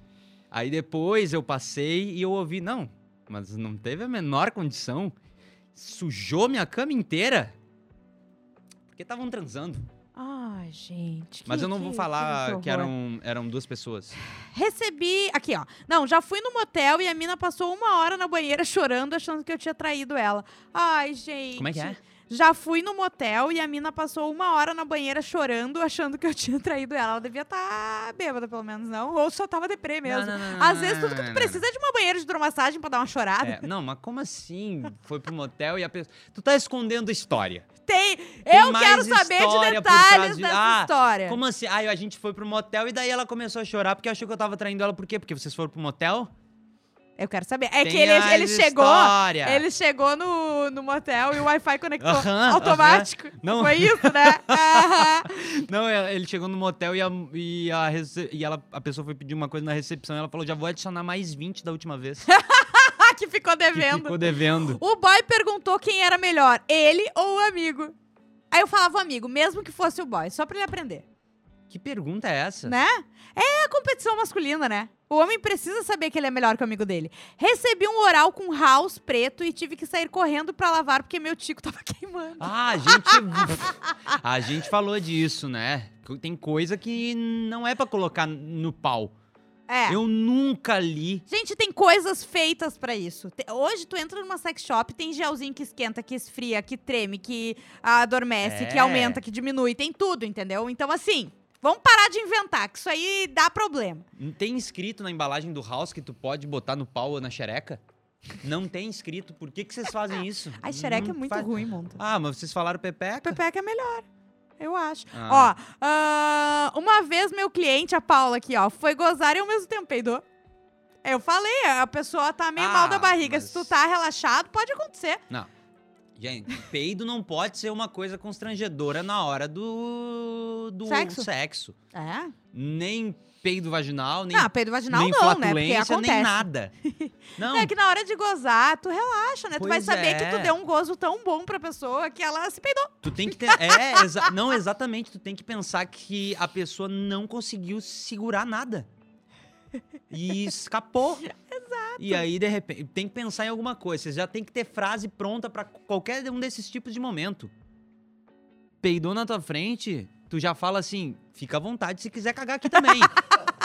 Speaker 2: Aí depois eu passei e eu ouvi, não, mas não teve a menor condição. Sujou minha cama inteira. Porque estavam transando.
Speaker 1: Ai, gente. que-
Speaker 2: Mas eu não
Speaker 1: que-
Speaker 2: vou
Speaker 1: que
Speaker 2: falar
Speaker 1: horror.
Speaker 2: que eram, eram duas pessoas.
Speaker 1: Recebi. Aqui, ó. Não, já fui no motel e a mina passou uma hora na banheira chorando, achando que eu tinha traído ela. Ai, gente.
Speaker 2: Como é que é?
Speaker 1: Já fui no motel e a mina passou uma hora na banheira chorando, achando que eu tinha traído ela. Ela devia estar bêbada, pelo menos, não. Ou só tava deprê mesmo.
Speaker 2: Não, não, não,
Speaker 1: Às
Speaker 2: não,
Speaker 1: vezes,
Speaker 2: não,
Speaker 1: tudo que
Speaker 2: não,
Speaker 1: tu
Speaker 2: não,
Speaker 1: precisa é de uma banheira de hidromassagem pra dar uma chorada.
Speaker 2: É, não, mas como assim? Foi pro motel e a pessoa. Tu tá escondendo história.
Speaker 1: Tem.
Speaker 2: Tem
Speaker 1: eu
Speaker 2: mais
Speaker 1: quero saber de
Speaker 2: história por
Speaker 1: detalhes
Speaker 2: trás de-
Speaker 1: dessa
Speaker 2: Ah,
Speaker 1: história.
Speaker 2: Como assim? Ah, a gente foi pro motel e daí ela começou a chorar porque achou que eu tava traindo ela. Por quê? Porque vocês foram pro motel?
Speaker 1: Eu quero saber. É
Speaker 2: Tem
Speaker 1: que ele,
Speaker 2: as
Speaker 1: ele chegou.
Speaker 2: história.
Speaker 1: Ele chegou no, no motel e o Wi-Fi conectou
Speaker 2: É. Aham,
Speaker 1: automático.
Speaker 2: Não.
Speaker 1: Foi isso, né? Aham.
Speaker 2: Não, é- ele chegou no motel e, a, e, a, rece- e ela, a pessoa foi pedir uma coisa na recepção e ela falou: já vou adicionar mais 20 da última vez. que
Speaker 1: Ah, que ficou devendo.
Speaker 2: ficou devendo.
Speaker 1: O boy perguntou quem era melhor, ele ou o amigo. Aí eu falava o amigo, mesmo que fosse o boy, só pra ele aprender,
Speaker 2: Que pergunta é essa?
Speaker 1: né? É a competição masculina, né? O homem precisa saber que ele é melhor que o amigo dele. Recebi um oral com house preto e tive que sair correndo pra lavar porque meu tico tava queimando.
Speaker 2: Ah, a gente. a gente falou disso, né? Co- Tem coisa que não é pra colocar no pau.
Speaker 1: É.
Speaker 2: Eu nunca li.
Speaker 1: Gente, tem coisas feitas pra isso. Te- Hoje tu entra numa sex shop, tem gelzinho que esquenta, que esfria, que treme, que ah, adormece, que
Speaker 2: É.
Speaker 1: aumenta, que diminui, tem tudo, entendeu? Então assim, vamos parar de inventar, que isso aí dá problema.
Speaker 2: Tem escrito na embalagem do house que tu pode botar no pau ou na xereca? Não tem escrito. Por que, que vocês fazem isso?
Speaker 1: Ai, xereca
Speaker 2: Não
Speaker 1: é muito
Speaker 2: Hum, faz-
Speaker 1: ruim, monta.
Speaker 2: Ah, mas vocês falaram pepeca?
Speaker 1: Pepeca é melhor. Eu acho.
Speaker 2: Ah.
Speaker 1: Ó, ah, uma vez meu cliente, a Paula aqui, ó, foi gozar e ao mesmo tempo peidou. Eu falei, a pessoa tá meio mal da
Speaker 2: Ah,
Speaker 1: barriga. Se tu
Speaker 2: mas-
Speaker 1: tá relaxado, pode acontecer.
Speaker 2: Gente, peido não pode ser uma coisa constrangedora na hora do. do
Speaker 1: Sexo.
Speaker 2: sexo.
Speaker 1: É?
Speaker 2: Nem peido vaginal, nem,
Speaker 1: ah, peido vaginal
Speaker 2: nem
Speaker 1: não, né? Porque
Speaker 2: flatulência,
Speaker 1: acontece.
Speaker 2: nem nada. Não,
Speaker 1: É que na hora de gozar, tu relaxa, né? tu vai
Speaker 2: Pois
Speaker 1: saber que tu
Speaker 2: é.
Speaker 1: deu um gozo tão bom pra pessoa que ela se peidou.
Speaker 2: Tu tem que ter. É, exa- não, exatamente. Tu tem que pensar que a pessoa não conseguiu segurar nada. E escapou. Exato. E aí, de repente, tem que pensar em alguma coisa. Você já tem que ter frase pronta pra qualquer um desses tipos de momento. Peidou na tua frente, tu já fala assim: fica à vontade se quiser cagar aqui também.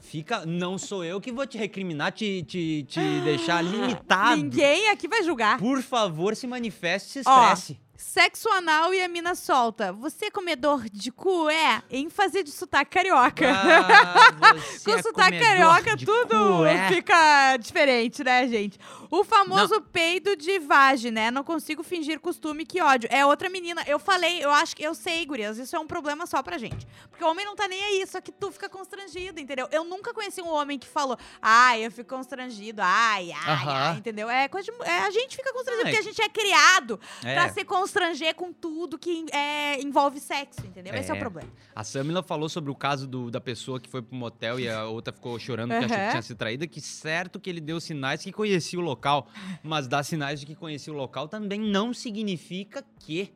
Speaker 2: Fica, não sou eu que vou te recriminar, te, te, te deixar limitado.
Speaker 1: Ninguém aqui vai julgar.
Speaker 2: Por favor, se manifeste, se
Speaker 1: Ó,
Speaker 2: estresse.
Speaker 1: Sexo anal e a mina solta. Você é comedor de cu é ênfase de sotaque carioca.
Speaker 2: Ah, você
Speaker 1: Com
Speaker 2: é
Speaker 1: sotaque
Speaker 2: comedor
Speaker 1: carioca,
Speaker 2: de
Speaker 1: tudo
Speaker 2: cu, é?
Speaker 1: fica diferente, né, gente? O famoso peido de vage, né? Não consigo fingir costume que ódio. É outra menina. Eu falei, eu acho que eu sei, gurias. Isso é um problema só pra gente. Porque o homem não tá nem aí, só que tu fica constrangido, entendeu? Eu nunca conheci um homem que falou, ai, eu fico constrangido, ai, ai,
Speaker 2: Aham.
Speaker 1: ai, entendeu? É coisa de. é, a gente fica constrangido,
Speaker 2: Ai.
Speaker 1: porque a gente é criado
Speaker 2: É.
Speaker 1: pra se constranger com tudo que é, envolve sexo, entendeu? Esse é o
Speaker 2: É.
Speaker 1: problema.
Speaker 2: A Samila falou sobre o caso do- da pessoa que foi pro motel e a outra ficou chorando porque achou
Speaker 1: Aham.
Speaker 2: que tinha sido traída, que certo que ele deu sinais que conhecia o local, mas dar sinais de que conhecia o local também não significa que...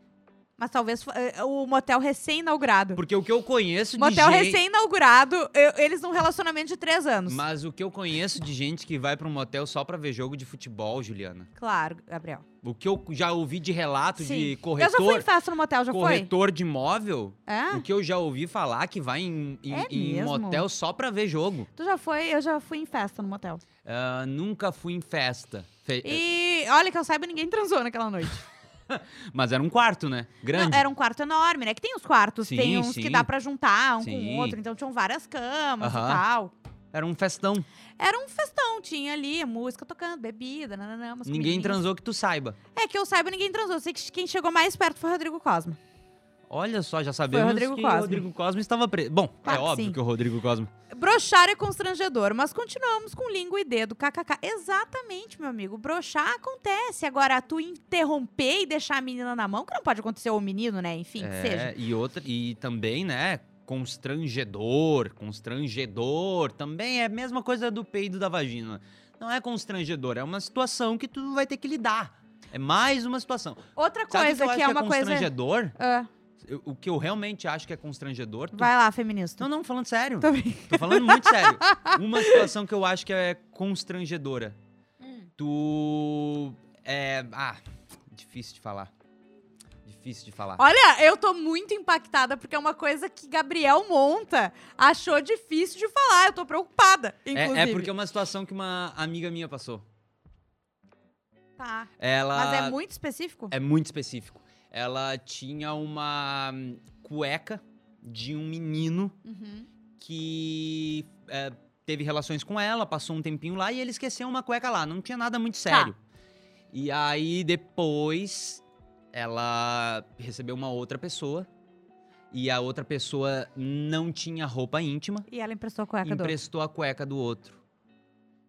Speaker 1: Mas talvez eh, o motel recém-inaugurado.
Speaker 2: Porque o que eu conheço de
Speaker 1: Motel
Speaker 2: gente...
Speaker 1: Um recém-inaugurado, eu- eles num relacionamento de três anos.
Speaker 2: Mas o que eu conheço de gente que vai pra um motel só pra ver jogo de futebol, Juliana.
Speaker 1: Claro, Gabriel.
Speaker 2: O que eu já ouvi de relato
Speaker 1: Sim.
Speaker 2: de
Speaker 1: Eu já fui em
Speaker 2: corretor,
Speaker 1: festa no motel, já
Speaker 2: corretor de imóvel,
Speaker 1: foi? É?
Speaker 2: o que eu já ouvi falar que vai em, em-
Speaker 1: É
Speaker 2: em
Speaker 1: mesmo?
Speaker 2: motel só pra ver jogo.
Speaker 1: Tu já foi? Eu já fui em festa no motel.
Speaker 2: Ah, nunca fui em festa. Fe-
Speaker 1: E olha que eu saiba, ninguém transou naquela noite.
Speaker 2: Mas era um quarto, né? Grande.
Speaker 1: Não, era um quarto enorme, né? Que tem os quartos,
Speaker 2: Sim,
Speaker 1: tem uns
Speaker 2: sim.
Speaker 1: que dá pra juntar um com
Speaker 2: Sim.
Speaker 1: o outro, então tinham várias camas e
Speaker 2: Aham.
Speaker 1: tal.
Speaker 2: Era um festão.
Speaker 1: Era um festão, tinha ali música tocando, bebida, nananã, umas
Speaker 2: Ninguém
Speaker 1: comidinhas.
Speaker 2: transou que tu saiba.
Speaker 1: É que eu saiba, ninguém transou. Eu sei que quem chegou mais perto foi o Rodrigo Cosma.
Speaker 2: Olha só, já sabemos
Speaker 1: Rodrigo
Speaker 2: que
Speaker 1: Cosma.
Speaker 2: o Rodrigo Cosmo estava preso. Bom,
Speaker 1: Claro
Speaker 2: é
Speaker 1: que
Speaker 2: óbvio
Speaker 1: sim.
Speaker 2: que o Rodrigo Cosmo.
Speaker 1: Brochar é constrangedor, mas continuamos com língua e dedo, kkk. Exatamente, meu amigo. Brochar acontece. Agora, tu interromper e deixar a menina na mão, que não pode acontecer, ou o menino, né? Enfim, que seja.
Speaker 2: É, e outra e também, né, constrangedor, constrangedor, também é a mesma coisa do peido da vagina. Não é constrangedor, é uma situação que tu vai ter que lidar. É mais uma situação.
Speaker 1: Outra
Speaker 2: Sabe o
Speaker 1: coisa
Speaker 2: eu
Speaker 1: que,
Speaker 2: acho
Speaker 1: é uma coisa.
Speaker 2: constrangedor?
Speaker 1: Ah,
Speaker 2: Eu- o que eu realmente acho que é constrangedor? tu-
Speaker 1: vai lá, feminista.
Speaker 2: Não, não, falando sério.
Speaker 1: Tô brincando.
Speaker 2: Tô falando muito sério. Uma situação que eu acho que é constrangedora.
Speaker 1: Hum.
Speaker 2: Tu. É. Ah, difícil de falar. Difícil de falar.
Speaker 1: Olha, eu tô muito impactada porque é uma coisa que Gabriel Monta achou difícil de falar. Eu tô preocupada, inclusive.
Speaker 2: É, é porque é uma situação que uma amiga minha passou.
Speaker 1: Tá.
Speaker 2: Ela.
Speaker 1: Mas é muito específico?
Speaker 2: é muito específico. Ela tinha uma hum, cueca de um menino
Speaker 1: Uhum.
Speaker 2: que é, teve relações com ela, passou um tempinho lá e ele esqueceu uma cueca lá. Não tinha nada muito
Speaker 1: Tá.
Speaker 2: sério. E aí depois ela recebeu uma outra pessoa e a outra pessoa não tinha roupa íntima,
Speaker 1: E ela emprestou a cueca do outro.
Speaker 2: emprestou a cueca do outro.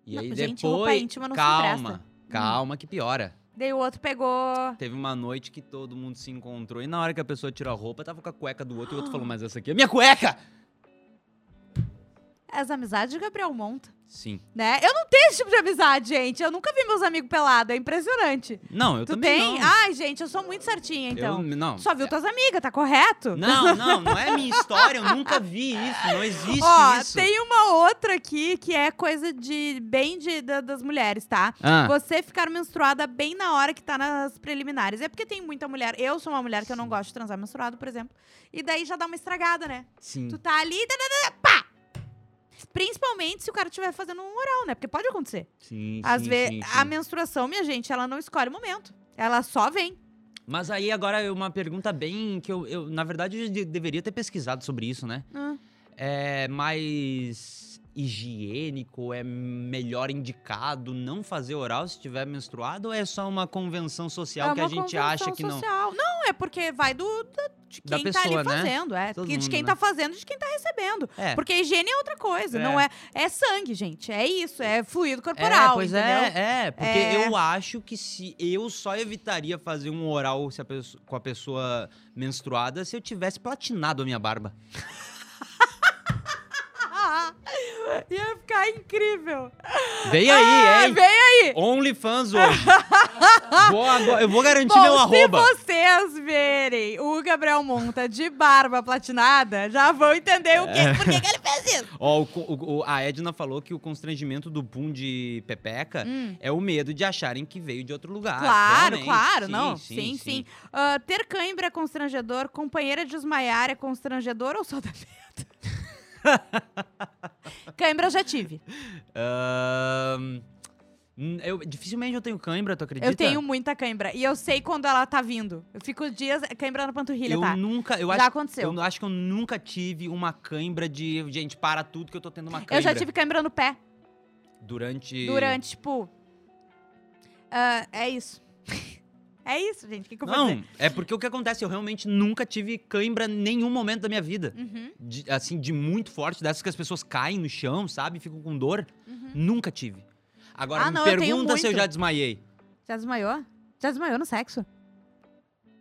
Speaker 2: E
Speaker 1: Não,
Speaker 2: aí
Speaker 1: gente, roupa
Speaker 2: depois,
Speaker 1: íntima não se
Speaker 2: calma,
Speaker 1: empresta.
Speaker 2: calma que piora.
Speaker 1: Daí o outro pegou.
Speaker 2: Teve uma noite que todo mundo se encontrou e na hora que a pessoa tirou a roupa, tava com a cueca do outro e o outro falou: "Mas essa aqui é minha cueca".
Speaker 1: As amizades de Gabriel Monta.
Speaker 2: Sim.
Speaker 1: né? Eu não tenho esse tipo de amizade, gente. Eu nunca vi meus amigos pelados. É impressionante.
Speaker 2: Não, eu
Speaker 1: tu
Speaker 2: também
Speaker 1: tem? Ah,
Speaker 2: não.
Speaker 1: Ai, gente, eu sou muito certinha, então.
Speaker 2: Eu, não. É.
Speaker 1: Tu Só viu tuas amigas, tá correto?
Speaker 2: Não, não, não é minha história, eu nunca vi isso, não existe
Speaker 1: Ó,
Speaker 2: isso.
Speaker 1: tem uma outra aqui que é coisa de bem de, da- das mulheres, tá?
Speaker 2: Ah,
Speaker 1: Você ficar menstruada bem na hora que tá nas preliminares. É porque tem muita mulher. Eu sou uma mulher que eu não gosto de transar menstruado, por exemplo. E daí já dá uma estragada, né?
Speaker 2: sim.
Speaker 1: Tu tá ali, dadadá, pá! Principalmente se o cara estiver fazendo um oral, né? Porque pode acontecer.
Speaker 2: Sim,
Speaker 1: Às
Speaker 2: sim,
Speaker 1: vezes,
Speaker 2: sim,
Speaker 1: a
Speaker 2: sim.
Speaker 1: menstruação, minha gente, ela não escolhe o momento. Ela só vem.
Speaker 2: Mas aí agora é uma pergunta bem que eu, eu na verdade eu de- deveria ter pesquisado sobre isso, né?
Speaker 1: Ah.
Speaker 2: É mais higiênico, é melhor indicado não fazer oral se estiver menstruado ou é só uma convenção social é que a
Speaker 1: É uma
Speaker 2: gente
Speaker 1: convenção
Speaker 2: acha que não?
Speaker 1: social. não. é porque vai do, da- de
Speaker 2: Da
Speaker 1: quem tá
Speaker 2: pessoa,
Speaker 1: ali
Speaker 2: né?
Speaker 1: fazendo. É,
Speaker 2: Todo
Speaker 1: Que- de
Speaker 2: mundo,
Speaker 1: quem
Speaker 2: né?
Speaker 1: tá fazendo e de quem tá recebendo.
Speaker 2: É.
Speaker 1: Porque a higiene é outra coisa.
Speaker 2: É.
Speaker 1: Não é, é sangue, gente. É isso. É fluido
Speaker 2: é,
Speaker 1: corporal.
Speaker 2: pois
Speaker 1: entendeu?
Speaker 2: é, é, porque
Speaker 1: É.
Speaker 2: eu acho que se eu só evitaria fazer um oral se a pesso- com a pessoa menstruada se eu tivesse platinado a minha barba.
Speaker 1: Ia ficar incrível.
Speaker 2: Vem aí,
Speaker 1: Ah,
Speaker 2: é, hein?
Speaker 1: vem aí.
Speaker 2: OnlyFans hoje. vou agora- eu vou garantir
Speaker 1: Bom,
Speaker 2: meu
Speaker 1: se
Speaker 2: arroba.
Speaker 1: vocês verem o Gabriel Monta de barba platinada, já vão entender o
Speaker 2: É.
Speaker 1: que, por que que ele fez isso.
Speaker 2: Ó, o co- o- o- a Edna falou que o constrangimento do pum de Pepeca
Speaker 1: Hum.
Speaker 2: é o medo de acharem que veio de outro lugar.
Speaker 1: Claro,
Speaker 2: Ah, Realmente,
Speaker 1: claro, não. Sim, sim. Ah, ter cãibra é constrangedor, companheira desmaiar é constrangedor ou só dá medo? cãibra eu já tive.
Speaker 2: Ahn, Hum, Eu, dificilmente eu tenho cãibra, tu acredita?
Speaker 1: Eu tenho muita cãibra. E eu sei quando ela tá vindo. Eu fico dias é cãibra na panturrilha,
Speaker 2: Eu
Speaker 1: tá?
Speaker 2: nunca, eu
Speaker 1: Já
Speaker 2: acho,
Speaker 1: aconteceu.
Speaker 2: eu acho que eu nunca tive uma cãibra de, gente, para tudo que eu tô tendo uma cãibra.
Speaker 1: Eu já tive cãibra no pé.
Speaker 2: Durante...
Speaker 1: Durante, tipo. ah, é isso. é isso, gente. O que, que eu vou dizer?
Speaker 2: Não, é porque o que acontece, eu realmente nunca tive cãibra em nenhum momento da minha vida.
Speaker 1: Uhum,
Speaker 2: De- assim, de muito forte, dessas que as pessoas caem no chão, sabe? Ficam com dor.
Speaker 1: uhum.
Speaker 2: Nunca tive. Agora,
Speaker 1: Ah,
Speaker 2: me
Speaker 1: não, eu tenho
Speaker 2: pergunta se eu
Speaker 1: muito.
Speaker 2: já desmaiei.
Speaker 1: Já desmaiou? Já desmaiou no sexo?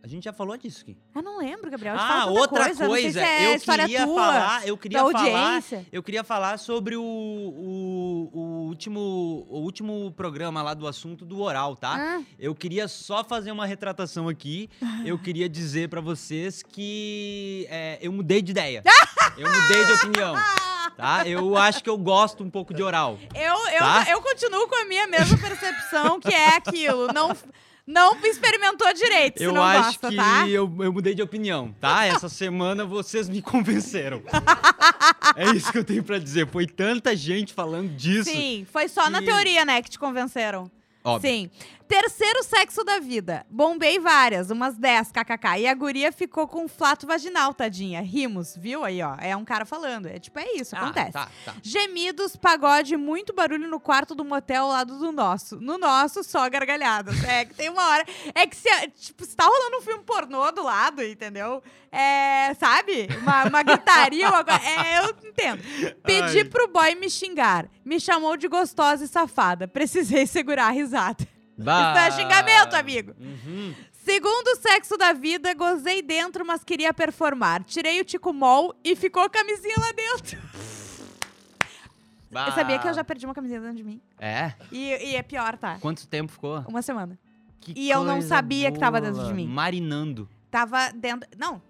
Speaker 2: A gente já falou disso aqui.
Speaker 1: Eu não lembro, Gabriel. Eu te falo
Speaker 2: Ah,
Speaker 1: tanta
Speaker 2: outra
Speaker 1: coisa.
Speaker 2: coisa,
Speaker 1: eu Não sei se é
Speaker 2: eu
Speaker 1: história
Speaker 2: queria
Speaker 1: tua,
Speaker 2: falar, eu
Speaker 1: da
Speaker 2: queria falar,
Speaker 1: audiência.
Speaker 2: eu queria falar sobre o, o, o último, o último programa lá do assunto do oral, tá?
Speaker 1: Ah,
Speaker 2: Eu queria só fazer uma retratação aqui. Eu queria dizer pra vocês que é, eu mudei de ideia. eu mudei de opinião, tá? Eu acho que eu gosto um pouco de oral.
Speaker 1: eu, eu,
Speaker 2: Tá?
Speaker 1: eu continuo com a minha mesma percepção, que é aquilo. Não, não experimentou direito, se
Speaker 2: Eu
Speaker 1: não
Speaker 2: acho
Speaker 1: gosta,
Speaker 2: que
Speaker 1: tá?
Speaker 2: eu, eu mudei de opinião, tá? Essa semana vocês me convenceram. é isso que eu tenho pra dizer. Foi tanta gente falando disso.
Speaker 1: Sim, foi só na
Speaker 2: que-
Speaker 1: teoria, né, que te convenceram.
Speaker 2: Óbvio.
Speaker 1: Sim. Terceiro sexo da vida. Bombei várias, umas 10, kkk. E a guria ficou com um flato vaginal, tadinha. Rimos, viu aí, ó? É um cara falando. É tipo, é isso,
Speaker 2: Ah,
Speaker 1: acontece.
Speaker 2: Tá, tá.
Speaker 1: Gemidos, pagode, muito barulho no quarto do motel ao lado do nosso. No nosso, só gargalhadas. É que tem uma hora. É que se, a- tipo, se tá rolando um filme pornô do lado, entendeu? É. Sabe? Uma, uma gritaria, uma coisa. É, eu entendo. Pedi
Speaker 2: Ai.
Speaker 1: pro boy me xingar. Me chamou de gostosa e safada. Precisei segurar a risada.
Speaker 2: Bah.
Speaker 1: Isso é xingamento, amigo.
Speaker 2: Uhum.
Speaker 1: Segundo sexo da vida, gozei dentro, mas queria performar. Tirei o tico mol e ficou a camisinha lá dentro.
Speaker 2: Bah. Ah.
Speaker 1: Eu sabia que eu já perdi uma camisinha dentro de mim.
Speaker 2: É?
Speaker 1: E, e é pior, tá?
Speaker 2: Quanto tempo ficou?
Speaker 1: Uma semana.
Speaker 2: Que
Speaker 1: E eu não
Speaker 2: coisa
Speaker 1: sabia que tava dentro de mim.
Speaker 2: Marinando.
Speaker 1: Tava dentro. Não,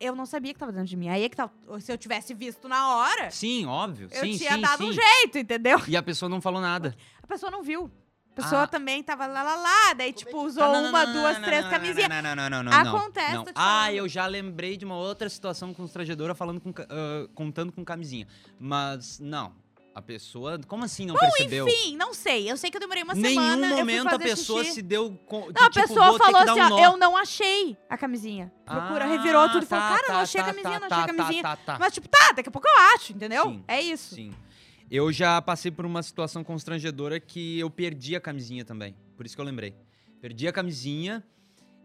Speaker 1: eu não sabia que tava dentro de mim. Aí é que tá. Se eu tivesse visto na hora,
Speaker 2: Sim, óbvio.
Speaker 1: eu
Speaker 2: sim,
Speaker 1: tinha
Speaker 2: sim,
Speaker 1: dado
Speaker 2: sim.
Speaker 1: um jeito, entendeu?
Speaker 2: E a pessoa não falou nada.
Speaker 1: A pessoa não viu. A pessoa
Speaker 2: Ah.
Speaker 1: também tava lá, lá, lá. Daí, tipo, usou
Speaker 2: Ah, não, não,
Speaker 1: uma,
Speaker 2: não, não,
Speaker 1: duas,
Speaker 2: não,
Speaker 1: três
Speaker 2: não, não,
Speaker 1: camisinhas.
Speaker 2: Não, não, não, não, não, não.
Speaker 1: Acontece,
Speaker 2: não.
Speaker 1: tô te
Speaker 2: Ah,
Speaker 1: falando.
Speaker 2: eu já lembrei de uma outra situação constrangedora falando com, ca- ah, contando com camisinha. Mas, não. A pessoa. Como assim não percebeu?
Speaker 1: Enfim, não sei. Eu sei que eu demorei uma
Speaker 2: Nenhum
Speaker 1: semana. eu fui
Speaker 2: momento a
Speaker 1: fazer
Speaker 2: pessoa
Speaker 1: xixi.
Speaker 2: se deu. con- que,
Speaker 1: Não, a
Speaker 2: tipo,
Speaker 1: pessoa
Speaker 2: vou ter que
Speaker 1: falou
Speaker 2: dar
Speaker 1: assim,
Speaker 2: um
Speaker 1: ó,
Speaker 2: nó.
Speaker 1: eu não achei a camisinha. Procura,
Speaker 2: Ah,
Speaker 1: revirou tudo e falou,
Speaker 2: tá,
Speaker 1: cara, não
Speaker 2: tá,
Speaker 1: achei a
Speaker 2: tá,
Speaker 1: camisinha,
Speaker 2: tá,
Speaker 1: não achei a
Speaker 2: tá,
Speaker 1: camisinha.
Speaker 2: Tá, tá,
Speaker 1: Mas, tipo, tá, daqui a pouco eu acho, entendeu?
Speaker 2: Sim,
Speaker 1: é isso.
Speaker 2: Sim. Eu já passei por uma situação constrangedora que eu perdi a camisinha também. Por isso que eu lembrei. Perdi a camisinha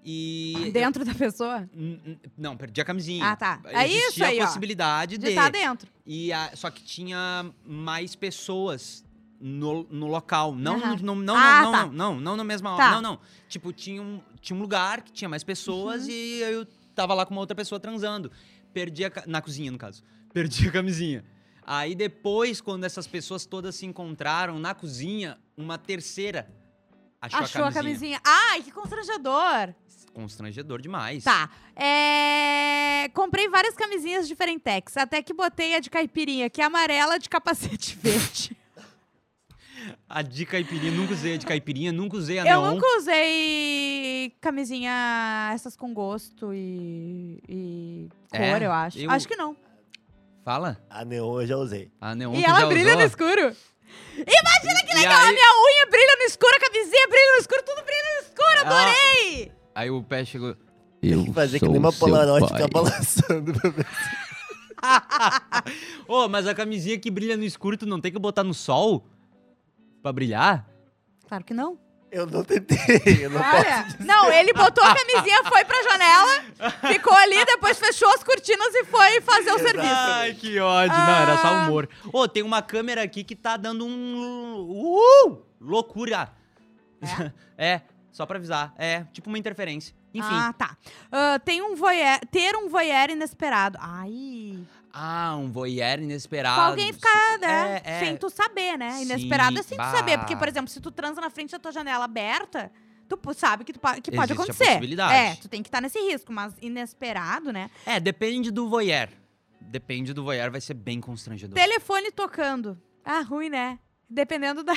Speaker 2: e.
Speaker 1: Ah, Dentro da pessoa?
Speaker 2: N- n- Não, perdi a camisinha.
Speaker 1: Ah, tá. É isso
Speaker 2: Existia
Speaker 1: aí, ó.
Speaker 2: a possibilidade
Speaker 1: De
Speaker 2: de.
Speaker 1: tá dentro.
Speaker 2: E a- Só que tinha mais pessoas no, no local. Não,
Speaker 1: Aham.
Speaker 2: no- no- não,
Speaker 1: Ah,
Speaker 2: não,
Speaker 1: tá.
Speaker 2: não, não, não na mesma hora.
Speaker 1: Tá.
Speaker 2: Não, não. Tipo, tinha um, tinha um lugar que tinha mais
Speaker 1: Uhum.
Speaker 2: pessoas e eu tava lá com uma outra pessoa transando. Perdi a. ca- Na cozinha, no caso. Perdi a camisinha. Aí depois, quando essas pessoas todas se encontraram na cozinha, uma terceira achou,
Speaker 1: Achou
Speaker 2: a camisinha.
Speaker 1: a camisinha. Ai, que constrangedor.
Speaker 2: Constrangedor demais.
Speaker 1: Tá. É... Comprei várias camisinhas diferentex, até que botei a de caipirinha, que é amarela de capacete verde.
Speaker 2: A de caipirinha, nunca usei a de caipirinha, nunca usei a
Speaker 1: Eu
Speaker 2: neon.
Speaker 1: nunca usei camisinha essas com gosto e, e cor,
Speaker 2: É,
Speaker 1: eu acho.
Speaker 2: eu-
Speaker 1: Acho que não.
Speaker 2: Fala.
Speaker 3: A neon Ah, eu já usei.
Speaker 2: A neon
Speaker 1: E
Speaker 2: tu
Speaker 1: ela
Speaker 2: Então, já
Speaker 1: brilha no
Speaker 2: usou?
Speaker 1: escuro.
Speaker 2: que legal, aí,
Speaker 1: Minha unha brilha no escuro, a camisinha brilha no escuro, tudo brilha no
Speaker 2: Ah,
Speaker 1: escuro.
Speaker 2: adorei!
Speaker 1: Ei!
Speaker 2: Aí o pé chegou.
Speaker 3: Tem que fazer que nem uma Polaroid ficar balançando pra ver.
Speaker 2: Ô, mas a camisinha que brilha no escuro, tu não tem que botar no sol? Pra brilhar?
Speaker 1: Claro que não.
Speaker 3: Eu não tentei, eu não
Speaker 1: Olha, não, ele botou a camisinha, foi pra janela, ficou ali, depois fechou as cortinas e foi fazer o serviço.
Speaker 2: Ai, que ódio. Não, era só
Speaker 1: né? Ah.
Speaker 2: humor. Ô, tem uma câmera aqui que tá dando um... Uh! Loucura! É? só pra avisar. É, tipo uma interferência. Enfim.
Speaker 1: Ah, tá. Ah, tem um voyeur, ter um voyeur inesperado. Ai.
Speaker 2: Ah, um voyeur inesperado.
Speaker 1: Pra alguém ficar, né?
Speaker 2: É, é.
Speaker 1: Sem tu saber, né?
Speaker 2: Sim,
Speaker 1: Inesperado é sem
Speaker 2: bah.
Speaker 1: tu saber. Porque, por exemplo, se tu transa na frente da tua janela aberta, tu po- sabe que, tu pa- que pode
Speaker 2: Existe a
Speaker 1: acontecer.
Speaker 2: possibilidade.
Speaker 1: É, tu tem que estar nesse risco, mas inesperado, né?
Speaker 2: É, depende do voyeur. Depende do voyeur, vai ser bem constrangedor.
Speaker 1: Telefone tocando. Ah, ruim, né? Dependendo da.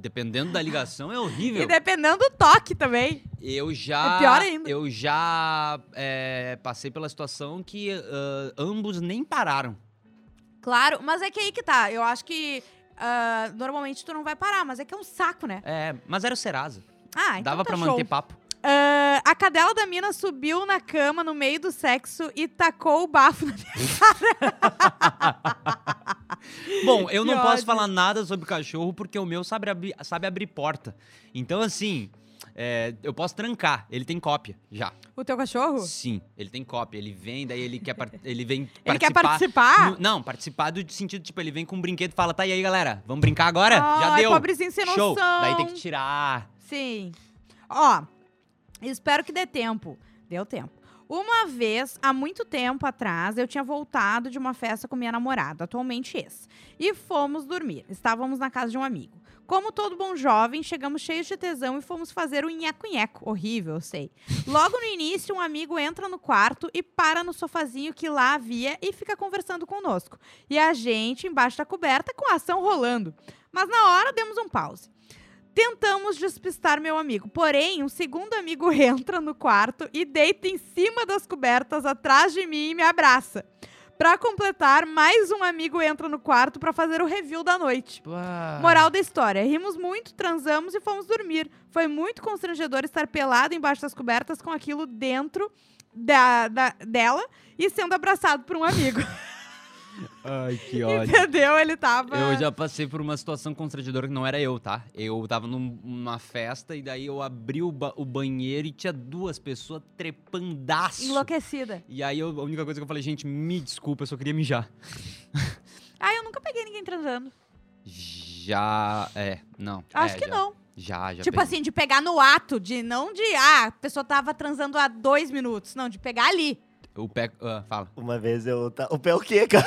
Speaker 2: Dependendo da ligação, é
Speaker 1: E
Speaker 2: horrível.
Speaker 1: dependendo do toque também.
Speaker 2: Eu já.
Speaker 1: É pior ainda.
Speaker 2: Eu já é, passei pela situação que ah, ambos nem pararam.
Speaker 1: Claro, mas é que aí que tá. Eu acho que ah, normalmente tu não vai parar, mas é que é um saco, né?
Speaker 2: É, mas era o Serasa.
Speaker 1: Ah, então
Speaker 2: Dava
Speaker 1: tá
Speaker 2: pra
Speaker 1: show.
Speaker 2: manter papo.
Speaker 1: Ah, a cadela da mina subiu na cama no meio do sexo e tacou o bafo na minha
Speaker 2: Bom, eu
Speaker 1: Que
Speaker 2: não posso
Speaker 1: ódio.
Speaker 2: falar nada sobre cachorro porque o meu sabe, abrir- sabe abrir porta. Então, assim, é, eu posso trancar. Ele tem cópia já.
Speaker 1: O teu cachorro?
Speaker 2: Sim, ele tem cópia. Ele vem, daí ele quer par- ele vem participar.
Speaker 1: Ele quer participar?
Speaker 2: No- não, participar do sentido, tipo, ele vem com um brinquedo e fala: tá, e aí, galera, vamos brincar agora? é, já
Speaker 1: Ai,
Speaker 2: deu.
Speaker 1: pobrezinho sem
Speaker 2: Show.
Speaker 1: noção.
Speaker 2: Daí tem que tirar.
Speaker 1: Sim. Ó, espero que dê tempo. Deu tempo. Uma vez, há muito tempo atrás, eu tinha voltado de uma festa com minha namorada, atualmente ex, e fomos dormir. Estávamos na casa de um amigo. Como todo bom jovem, chegamos cheios de tesão e fomos fazer o nheco-nheco. Horrível, eu sei. Logo no início, um amigo entra no quarto e para no sofazinho que lá havia e fica conversando conosco. E a gente, embaixo da coberta, com a ação rolando. Mas na hora, demos um pause. Tentamos despistar meu amigo, porém, um segundo amigo entra no quarto e deita em cima das cobertas atrás de mim e me abraça. Pra completar, mais um amigo entra no quarto pra fazer o review da noite.
Speaker 2: Ah.
Speaker 1: Moral da história: rimos muito, transamos e fomos dormir. Foi muito constrangedor estar pelado embaixo das cobertas com aquilo dentro da, da- dela e sendo abraçado por um amigo.
Speaker 2: Ai, que
Speaker 1: Então, Entendeu? Ele tava.
Speaker 2: Eu já passei por uma situação constrangedora que não era eu, tá? Eu tava num- numa festa e daí eu abri o, ba- o banheiro e tinha duas pessoas trepandaço.
Speaker 1: Enlouquecida.
Speaker 2: E aí eu- a única coisa que eu falei, gente, me desculpa, eu só queria mijar.
Speaker 1: Ah, eu nunca peguei ninguém transando.
Speaker 2: Já. É, não.
Speaker 1: Acho
Speaker 2: é,
Speaker 1: que
Speaker 2: já-
Speaker 1: não.
Speaker 2: Já, já.
Speaker 1: tipo
Speaker 2: peguei.
Speaker 1: assim, de pegar no ato, de não de. Ah, a pessoa tava transando há dois minutos. Não, de pegar ali.
Speaker 2: O pé. ah, fala.
Speaker 3: Uma vez eu. ta- O pé o quê, cara?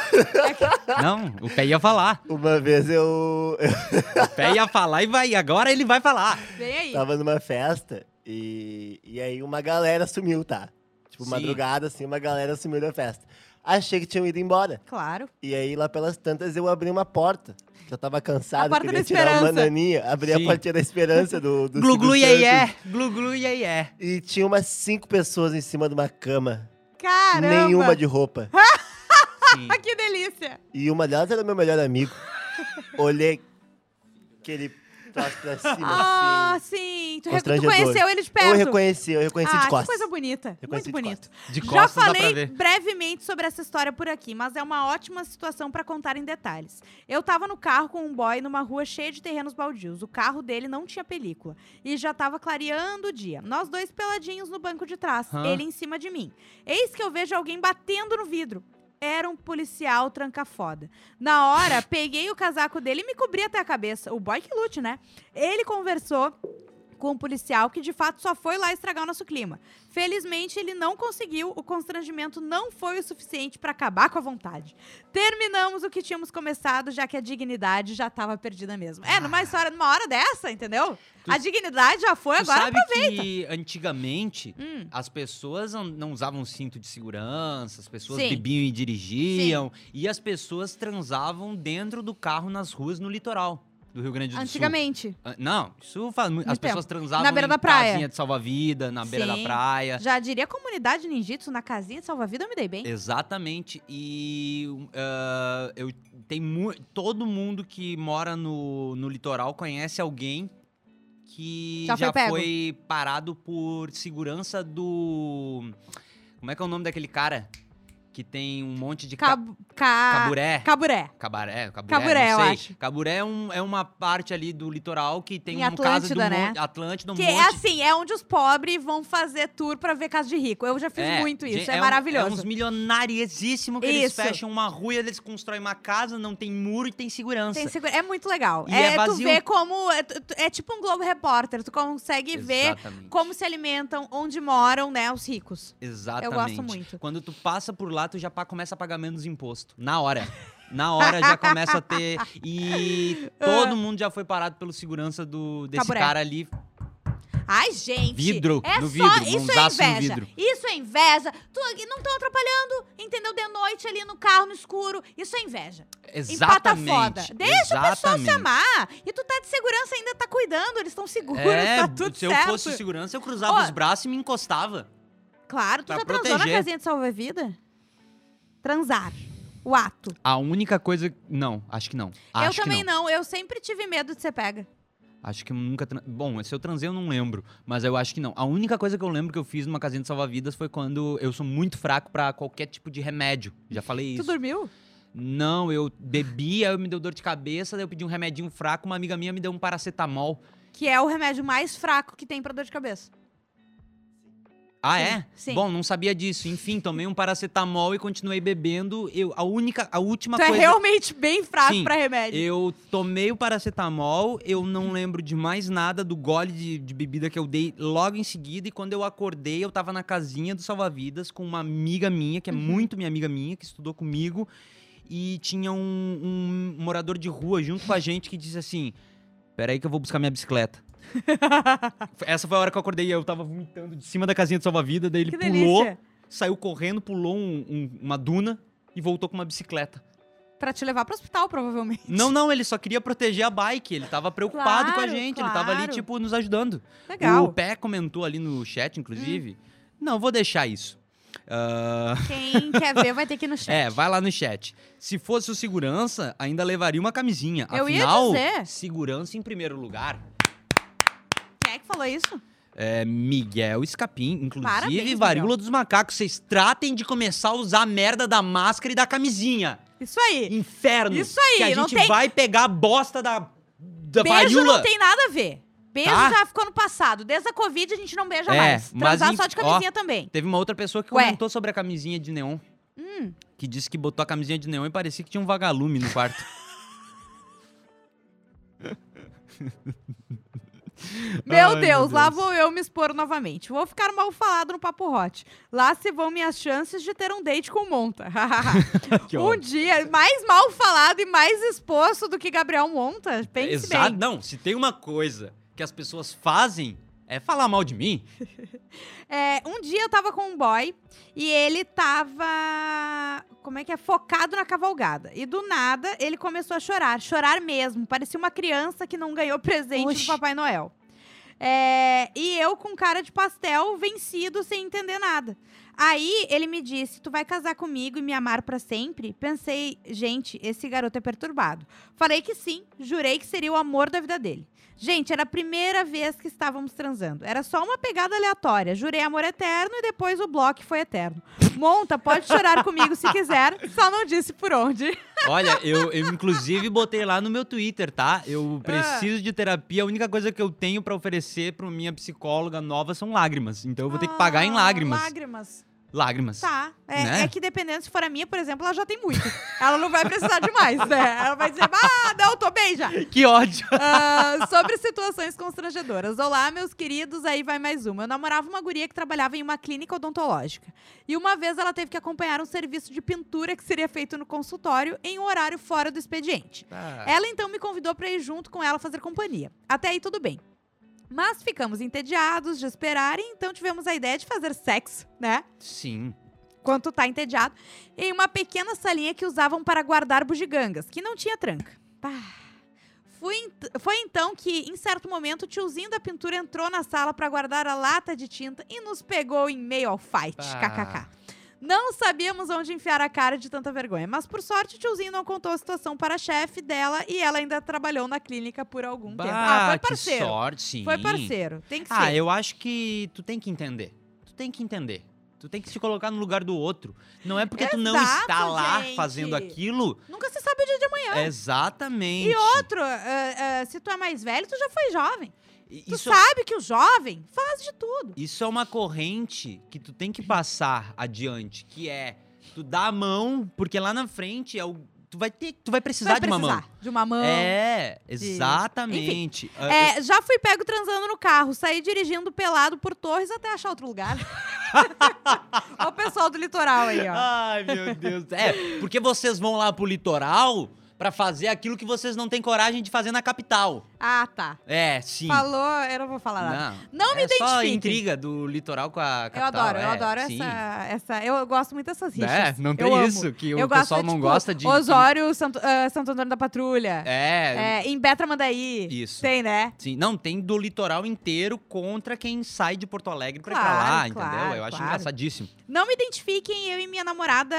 Speaker 2: Não, o pé ia falar.
Speaker 3: Uma vez eu.
Speaker 2: O pé ia falar e vai. Agora ele vai falar.
Speaker 1: Vem aí.
Speaker 3: Tava numa festa e, e aí uma galera sumiu, tá? Tipo,
Speaker 2: Sim.
Speaker 3: madrugada, assim, uma galera sumiu da festa. Achei que tinham ido embora.
Speaker 1: Claro.
Speaker 3: E aí, lá pelas tantas, eu abri uma porta. Que eu tava
Speaker 1: A
Speaker 3: cansado,
Speaker 1: porta
Speaker 3: queria
Speaker 1: da
Speaker 3: tirar uma
Speaker 1: esperança.
Speaker 3: naninha. Abri
Speaker 2: Sim.
Speaker 3: a porta da esperança do... do
Speaker 2: Glu glu
Speaker 3: Silvio
Speaker 2: iê
Speaker 3: Santos.
Speaker 2: iê. Glu glu iê iê.
Speaker 3: E tinha umas cinco pessoas em cima de uma cama.
Speaker 1: Caramba.
Speaker 3: Nenhuma de roupa.
Speaker 2: Sim.
Speaker 1: Ah, que delícia.
Speaker 3: E uma delas era meu melhor amigo. Olhei aquele troço pra cima,
Speaker 1: Ah,
Speaker 3: assim.
Speaker 1: sim. Tu, rec- tu
Speaker 3: Constrangedor.
Speaker 1: conheceu ele de
Speaker 3: Eu
Speaker 1: perto.
Speaker 3: reconheci, eu reconheci
Speaker 1: ah,
Speaker 3: de
Speaker 1: que
Speaker 3: costas.
Speaker 1: coisa bonita. Muito
Speaker 3: Reconheci de
Speaker 1: bonito.
Speaker 2: De
Speaker 1: Já
Speaker 2: costas dá pra
Speaker 1: falei
Speaker 2: ver.
Speaker 1: brevemente sobre essa história por aqui, mas é uma ótima situação pra contar em detalhes. Eu tava no carro com um boy numa rua cheia de terrenos baldios. O carro dele não tinha película e já tava clareando o dia. Nós dois peladinhos no banco de trás,
Speaker 2: Hã?
Speaker 1: ele em cima de mim. Eis que eu vejo alguém batendo no vidro. Era um policial tranca-foda. Na hora, peguei o casaco dele e me cobri até a cabeça. O boy que lute, né? Ele conversou com o policial que de fato só foi lá estragar o nosso clima. Felizmente ele não conseguiu, o constrangimento não foi o suficiente pra acabar com a vontade. Terminamos o que tínhamos começado, já que a dignidade já tava perdida mesmo. É, numa história, numa hora dessa, entendeu?
Speaker 2: Ah. Tu-
Speaker 1: a dignidade já foi,
Speaker 2: Tu
Speaker 1: agora
Speaker 2: sabe
Speaker 1: aproveita.
Speaker 2: que antigamente
Speaker 1: Hum,
Speaker 2: as pessoas não- não usavam cinto de segurança, as pessoas
Speaker 1: Sim.
Speaker 2: bebiam e dirigiam, e as pessoas transavam dentro do carro nas ruas no litoral do Rio Grande do
Speaker 1: antigamente.
Speaker 2: Sul. Ah, Não, isso faz muito. As
Speaker 1: Muito
Speaker 2: pessoas transavam
Speaker 1: Na beira
Speaker 2: em
Speaker 1: da praia.
Speaker 2: casinha de salva-vida, na beira da
Speaker 1: Sim.
Speaker 2: praia.
Speaker 1: Já diria comunidade ninjitsu na casinha de salva-vida, eu me dei bem.
Speaker 2: Exatamente. E ah, eu tem mu- todo mundo que mora no, no litoral conhece alguém que
Speaker 1: Já foi pego.
Speaker 2: foi parado por segurança do. Como é que é o nome daquele cara? Que tem um monte de ca-
Speaker 1: Cab ca-
Speaker 2: caburé.
Speaker 1: Caburé.
Speaker 2: Cabaré, caburé,
Speaker 1: Caburé,
Speaker 2: não
Speaker 1: eu
Speaker 2: sei.
Speaker 1: acho.
Speaker 2: Caburé é, um- é uma parte ali do litoral que tem
Speaker 1: Em
Speaker 2: uma casa do
Speaker 1: Atlântida, né?
Speaker 2: monte, Atlântida, um
Speaker 1: Que
Speaker 2: monte.
Speaker 1: é assim, é onde os pobres vão fazer tour pra ver casa de rico. Eu já fiz muito isso,
Speaker 2: gente,
Speaker 1: é,
Speaker 2: um- é uns
Speaker 1: maravilhoso.
Speaker 2: milionariesíssimos que eles
Speaker 1: Isso.
Speaker 2: fecham uma rua, eles constroem uma casa, não tem muro e tem segurança.
Speaker 1: Tem segura- é muito legal.
Speaker 2: E
Speaker 1: é,
Speaker 2: é
Speaker 1: tu
Speaker 2: vazio.
Speaker 1: vê como. É, tu- tu- é tipo um Globo Repórter, tu consegue ver
Speaker 2: Exatamente.
Speaker 1: como se alimentam, onde moram, né, os ricos.
Speaker 2: Exatamente.
Speaker 1: muito.
Speaker 2: Quando tu passa por lá, tu já pa- começa a pagar menos imposto. Na hora. Na hora já começa a ter. E
Speaker 1: Ah.
Speaker 2: todo mundo já foi parado pelo segurança do, desse
Speaker 1: Caburé.
Speaker 2: cara ali.
Speaker 1: Ai, gente.
Speaker 2: Vidro,
Speaker 1: é
Speaker 2: no
Speaker 1: só,
Speaker 2: vidro,
Speaker 1: Isso é
Speaker 2: mãozaço no
Speaker 1: inveja.
Speaker 2: vidro.
Speaker 1: Isso é inveja. Tu aqui não estão atrapalhando, entendeu? De noite ali no carro, no escuro. Isso é inveja. Empata
Speaker 2: Exatamente.
Speaker 1: foda. Deixa o pessoal
Speaker 2: exatamente.
Speaker 1: se amar. E tu tá de segurança ainda, tá cuidando, eles estão seguros,
Speaker 2: É,
Speaker 1: tá tudo
Speaker 2: se eu
Speaker 1: certo.
Speaker 2: fosse segurança, eu cruzava
Speaker 1: Ó.
Speaker 2: os braços e me encostava.
Speaker 1: Claro, tu
Speaker 2: Pra
Speaker 1: já transou na
Speaker 2: proteger.
Speaker 1: casinha de salva-vida? Transar. o ato.
Speaker 2: A única coisa. Não, acho que não.
Speaker 1: eu
Speaker 2: Acho que
Speaker 1: também
Speaker 2: não.
Speaker 1: não. eu sempre tive medo de ser pega.
Speaker 2: Acho que eu nunca. tran- Bom, se eu transei, eu não lembro. Mas eu acho que não. A única coisa que eu lembro que eu fiz numa casinha de salva-vidas foi quando eu sou muito fraco pra qualquer tipo de remédio. Já falei isso.
Speaker 1: Tu dormiu?
Speaker 2: Não, eu bebi, aí eu me deu dor de cabeça, daí eu pedi um remedinho fraco, uma amiga minha me deu um paracetamol.
Speaker 1: Que é o remédio mais fraco que tem pra dor de cabeça.
Speaker 2: Ah,
Speaker 1: Sim,
Speaker 2: é?
Speaker 1: sim.
Speaker 2: Bom, não sabia disso. Enfim, tomei um paracetamol e continuei bebendo. Eu, a única, a última
Speaker 1: tu é
Speaker 2: coisa.
Speaker 1: realmente bem fraco
Speaker 2: Sim,
Speaker 1: pra remédio.
Speaker 2: Eu tomei o paracetamol, eu não lembro de mais nada do gole de, de bebida que eu dei logo em seguida. E quando eu acordei, eu tava na casinha do salva-vidas com uma amiga minha, que
Speaker 1: Uhum.
Speaker 2: é muito minha amiga minha, que estudou comigo. E tinha um, um morador de rua junto com a gente que disse assim: Peraí, que eu vou buscar minha bicicleta. Essa foi a hora que eu acordei e eu tava vomitando de cima da casinha de salva-vida. Daí ele
Speaker 1: que
Speaker 2: pulou,
Speaker 1: delícia.
Speaker 2: saiu correndo, pulou um- um- uma duna e voltou com uma bicicleta.
Speaker 1: Pra te levar pro hospital, provavelmente.
Speaker 2: Não, não, ele só queria proteger a bike. Ele tava preocupado com a
Speaker 1: Claro,
Speaker 2: gente. Ele tava ali,
Speaker 1: claro.
Speaker 2: tipo, nos ajudando. O
Speaker 1: Legal. Hum.
Speaker 2: Pé comentou ali no chat, inclusive. Não, vou deixar isso. Ah,
Speaker 1: Quem quer ver vai ter que ir no chat.
Speaker 2: é, vai lá no chat. Se fosse o segurança, ainda levaria uma camisinha.
Speaker 1: Eu ia
Speaker 2: Afinal,
Speaker 1: dizer.
Speaker 2: segurança em primeiro lugar.
Speaker 1: Quem é que falou isso?
Speaker 2: É Miguel Escapim, inclusive,
Speaker 1: Parabéns,
Speaker 2: varíola
Speaker 1: Miguel.
Speaker 2: dos macacos. Vocês tratem de começar a usar a merda da máscara e da camisinha.
Speaker 1: Isso aí.
Speaker 2: Inferno!
Speaker 1: Isso aí,
Speaker 2: Que a
Speaker 1: não
Speaker 2: gente
Speaker 1: tem-
Speaker 2: vai pegar a bosta da, da
Speaker 1: Beijo
Speaker 2: varíola.
Speaker 1: não tem nada a ver. Beijo
Speaker 2: Tá?
Speaker 1: já ficou no passado. Desde a Covid a gente não beija
Speaker 2: É,
Speaker 1: mais.
Speaker 2: mas
Speaker 1: Transar
Speaker 2: em-
Speaker 1: só de camisinha também.
Speaker 2: Teve uma outra pessoa que
Speaker 1: Ué. Hum.
Speaker 2: comentou sobre a camisinha de neon. Que disse que botou a camisinha de neon e parecia que tinha um vagalume no quarto.
Speaker 1: Meu
Speaker 2: Ai, meu
Speaker 1: Deus, lá
Speaker 2: Deus.
Speaker 1: vou eu me expor novamente. Vou ficar mal falado no papo hot. Lá se vão minhas chances de ter um date com Monta.
Speaker 2: Que
Speaker 1: um
Speaker 2: ódio.
Speaker 1: dia mais mal falado e mais exposto do que Gabriel Monta. Pense
Speaker 2: Exato.
Speaker 1: bem.
Speaker 2: Não, se tem uma coisa que as pessoas fazem é falar mal de mim.
Speaker 1: É, um dia eu tava com um boy e ele tava. Como é que é? Focado na cavalgada. E do nada ele começou a chorar, chorar mesmo. Parecia uma criança que não ganhou presente
Speaker 2: Oxi.
Speaker 1: do Papai Noel. É, e eu com cara de pastel, vencido, sem entender nada. Aí ele me disse: Tu vai casar comigo e me amar pra sempre? Pensei, gente, esse garoto é perturbado. Falei que sim, jurei que seria o amor da vida dele. Gente, era a primeira vez que estávamos transando. Era só uma pegada aleatória. Jurei amor eterno e depois o bloco foi eterno. Monta, pode chorar comigo se quiser, só não disse por onde.
Speaker 2: Olha, eu, eu inclusive botei lá no meu Twitter, tá?
Speaker 1: Ah.
Speaker 2: Eu preciso de terapia. A única coisa que eu tenho pra oferecer pra minha psicóloga nova são lágrimas. Então eu vou ter que pagar em
Speaker 1: Ah,
Speaker 2: lágrimas.
Speaker 1: Lágrimas.
Speaker 2: Lágrimas.
Speaker 1: Tá. É,
Speaker 2: Né?
Speaker 1: é que dependendo se for a minha, por exemplo, ela já tem muito. Ela não vai precisar de mais, né? Ela vai dizer, ah, não, tô bem já.
Speaker 2: Que ódio.
Speaker 1: Ah, sobre situações constrangedoras. Olá, meus queridos, aí vai mais uma. Eu namorava uma guria que trabalhava em uma clínica odontológica. E uma vez ela teve que acompanhar um serviço de pintura que seria feito no consultório em um horário fora do expediente.
Speaker 2: Ah.
Speaker 1: Ela então me convidou para ir junto com ela fazer companhia. Até aí tudo bem. Mas ficamos entediados de esperar e então tivemos a ideia de fazer sexo, né?
Speaker 2: Sim.
Speaker 1: Quando tu tá entediado, em uma pequena salinha que usavam para guardar bugigangas, que não tinha tranca. Pá. Fui ent- foi então que, em certo momento, o tiozinho da pintura entrou na sala para guardar a lata de tinta e nos pegou em meio ao fight.
Speaker 2: Pá.
Speaker 1: KKK. Não sabíamos onde enfiar a cara de tanta vergonha, mas por sorte o tiozinho não contou a situação para a chefe dela e ela ainda trabalhou na clínica por algum tempo. Ah,
Speaker 2: Bah,
Speaker 1: foi
Speaker 2: Que
Speaker 1: parceiro.
Speaker 2: sorte, sim.
Speaker 1: Foi parceiro. Tem que ser.
Speaker 2: Ah, eu acho que tu tem que entender. Tu tem que entender. Tu tem que se colocar no lugar do outro. Não é porque tu não
Speaker 1: Exato,
Speaker 2: está lá
Speaker 1: gente.
Speaker 2: fazendo aquilo.
Speaker 1: Nunca se sabe o dia de amanhã.
Speaker 2: Exatamente.
Speaker 1: E outro, ah, ah, se tu é mais velho, tu já foi jovem.
Speaker 2: I-
Speaker 1: Tu
Speaker 2: Isso,
Speaker 1: sabe que o jovem faz de tudo.
Speaker 2: isso é uma corrente que tu tem que passar adiante, que é tu dá a mão, porque lá na frente é o, tu vai ter, tu vai precisar,
Speaker 1: Vai
Speaker 2: de uma mão.
Speaker 1: De uma mão.
Speaker 2: É, exatamente. Ah, eu-
Speaker 1: É, já fui pego transando no carro, saí dirigindo pelado por Torres até achar outro lugar. Olha o pessoal do litoral aí, ó.
Speaker 2: Ai, meu Deus. É, porque vocês vão lá pro litoral pra fazer aquilo que vocês não têm coragem de fazer na capital.
Speaker 1: Ah, tá.
Speaker 2: É, sim.
Speaker 1: Falou, eu não vou falar nada. Não, me
Speaker 2: é só a
Speaker 1: identifiquem.
Speaker 2: intriga do litoral com a
Speaker 1: Eu
Speaker 2: capital.
Speaker 1: adoro,
Speaker 2: é,
Speaker 1: eu adoro
Speaker 2: sim.
Speaker 1: essa, essa. Eu gosto muito dessas rixas.
Speaker 2: É, não tem
Speaker 1: eu amo.
Speaker 2: isso, que o
Speaker 1: eu gosto,
Speaker 2: pessoal
Speaker 1: é,
Speaker 2: não
Speaker 1: tipo,
Speaker 2: gosta de...
Speaker 1: Osório, Santo, ah, Santo Antônio da Patrulha.
Speaker 2: É,
Speaker 1: É, em Betra Mandaí.
Speaker 2: Isso.
Speaker 1: Tem, né?
Speaker 2: sim. Não, tem do litoral inteiro contra quem sai de Porto Alegre pra ir pra
Speaker 1: Claro,
Speaker 2: lá, entendeu?
Speaker 1: claro,
Speaker 2: eu acho
Speaker 1: claro.
Speaker 2: engraçadíssimo.
Speaker 1: Não me identifiquem, eu e minha namorada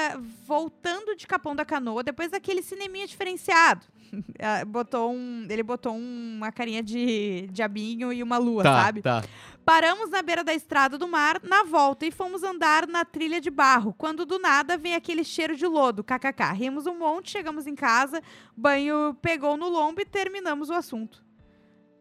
Speaker 1: voltando de Capão da Canoa depois daquele cineminha diferenciado. Ah, botou um, ele botou um- uma carinha de diabinho e uma lua, sabe?
Speaker 2: tá.
Speaker 1: Paramos na beira da estrada do mar, na volta, e fomos andar na trilha de barro, quando do nada vem aquele cheiro de lodo, kkk. Rimos um monte, chegamos em casa, banho pegou no lombo e terminamos o assunto.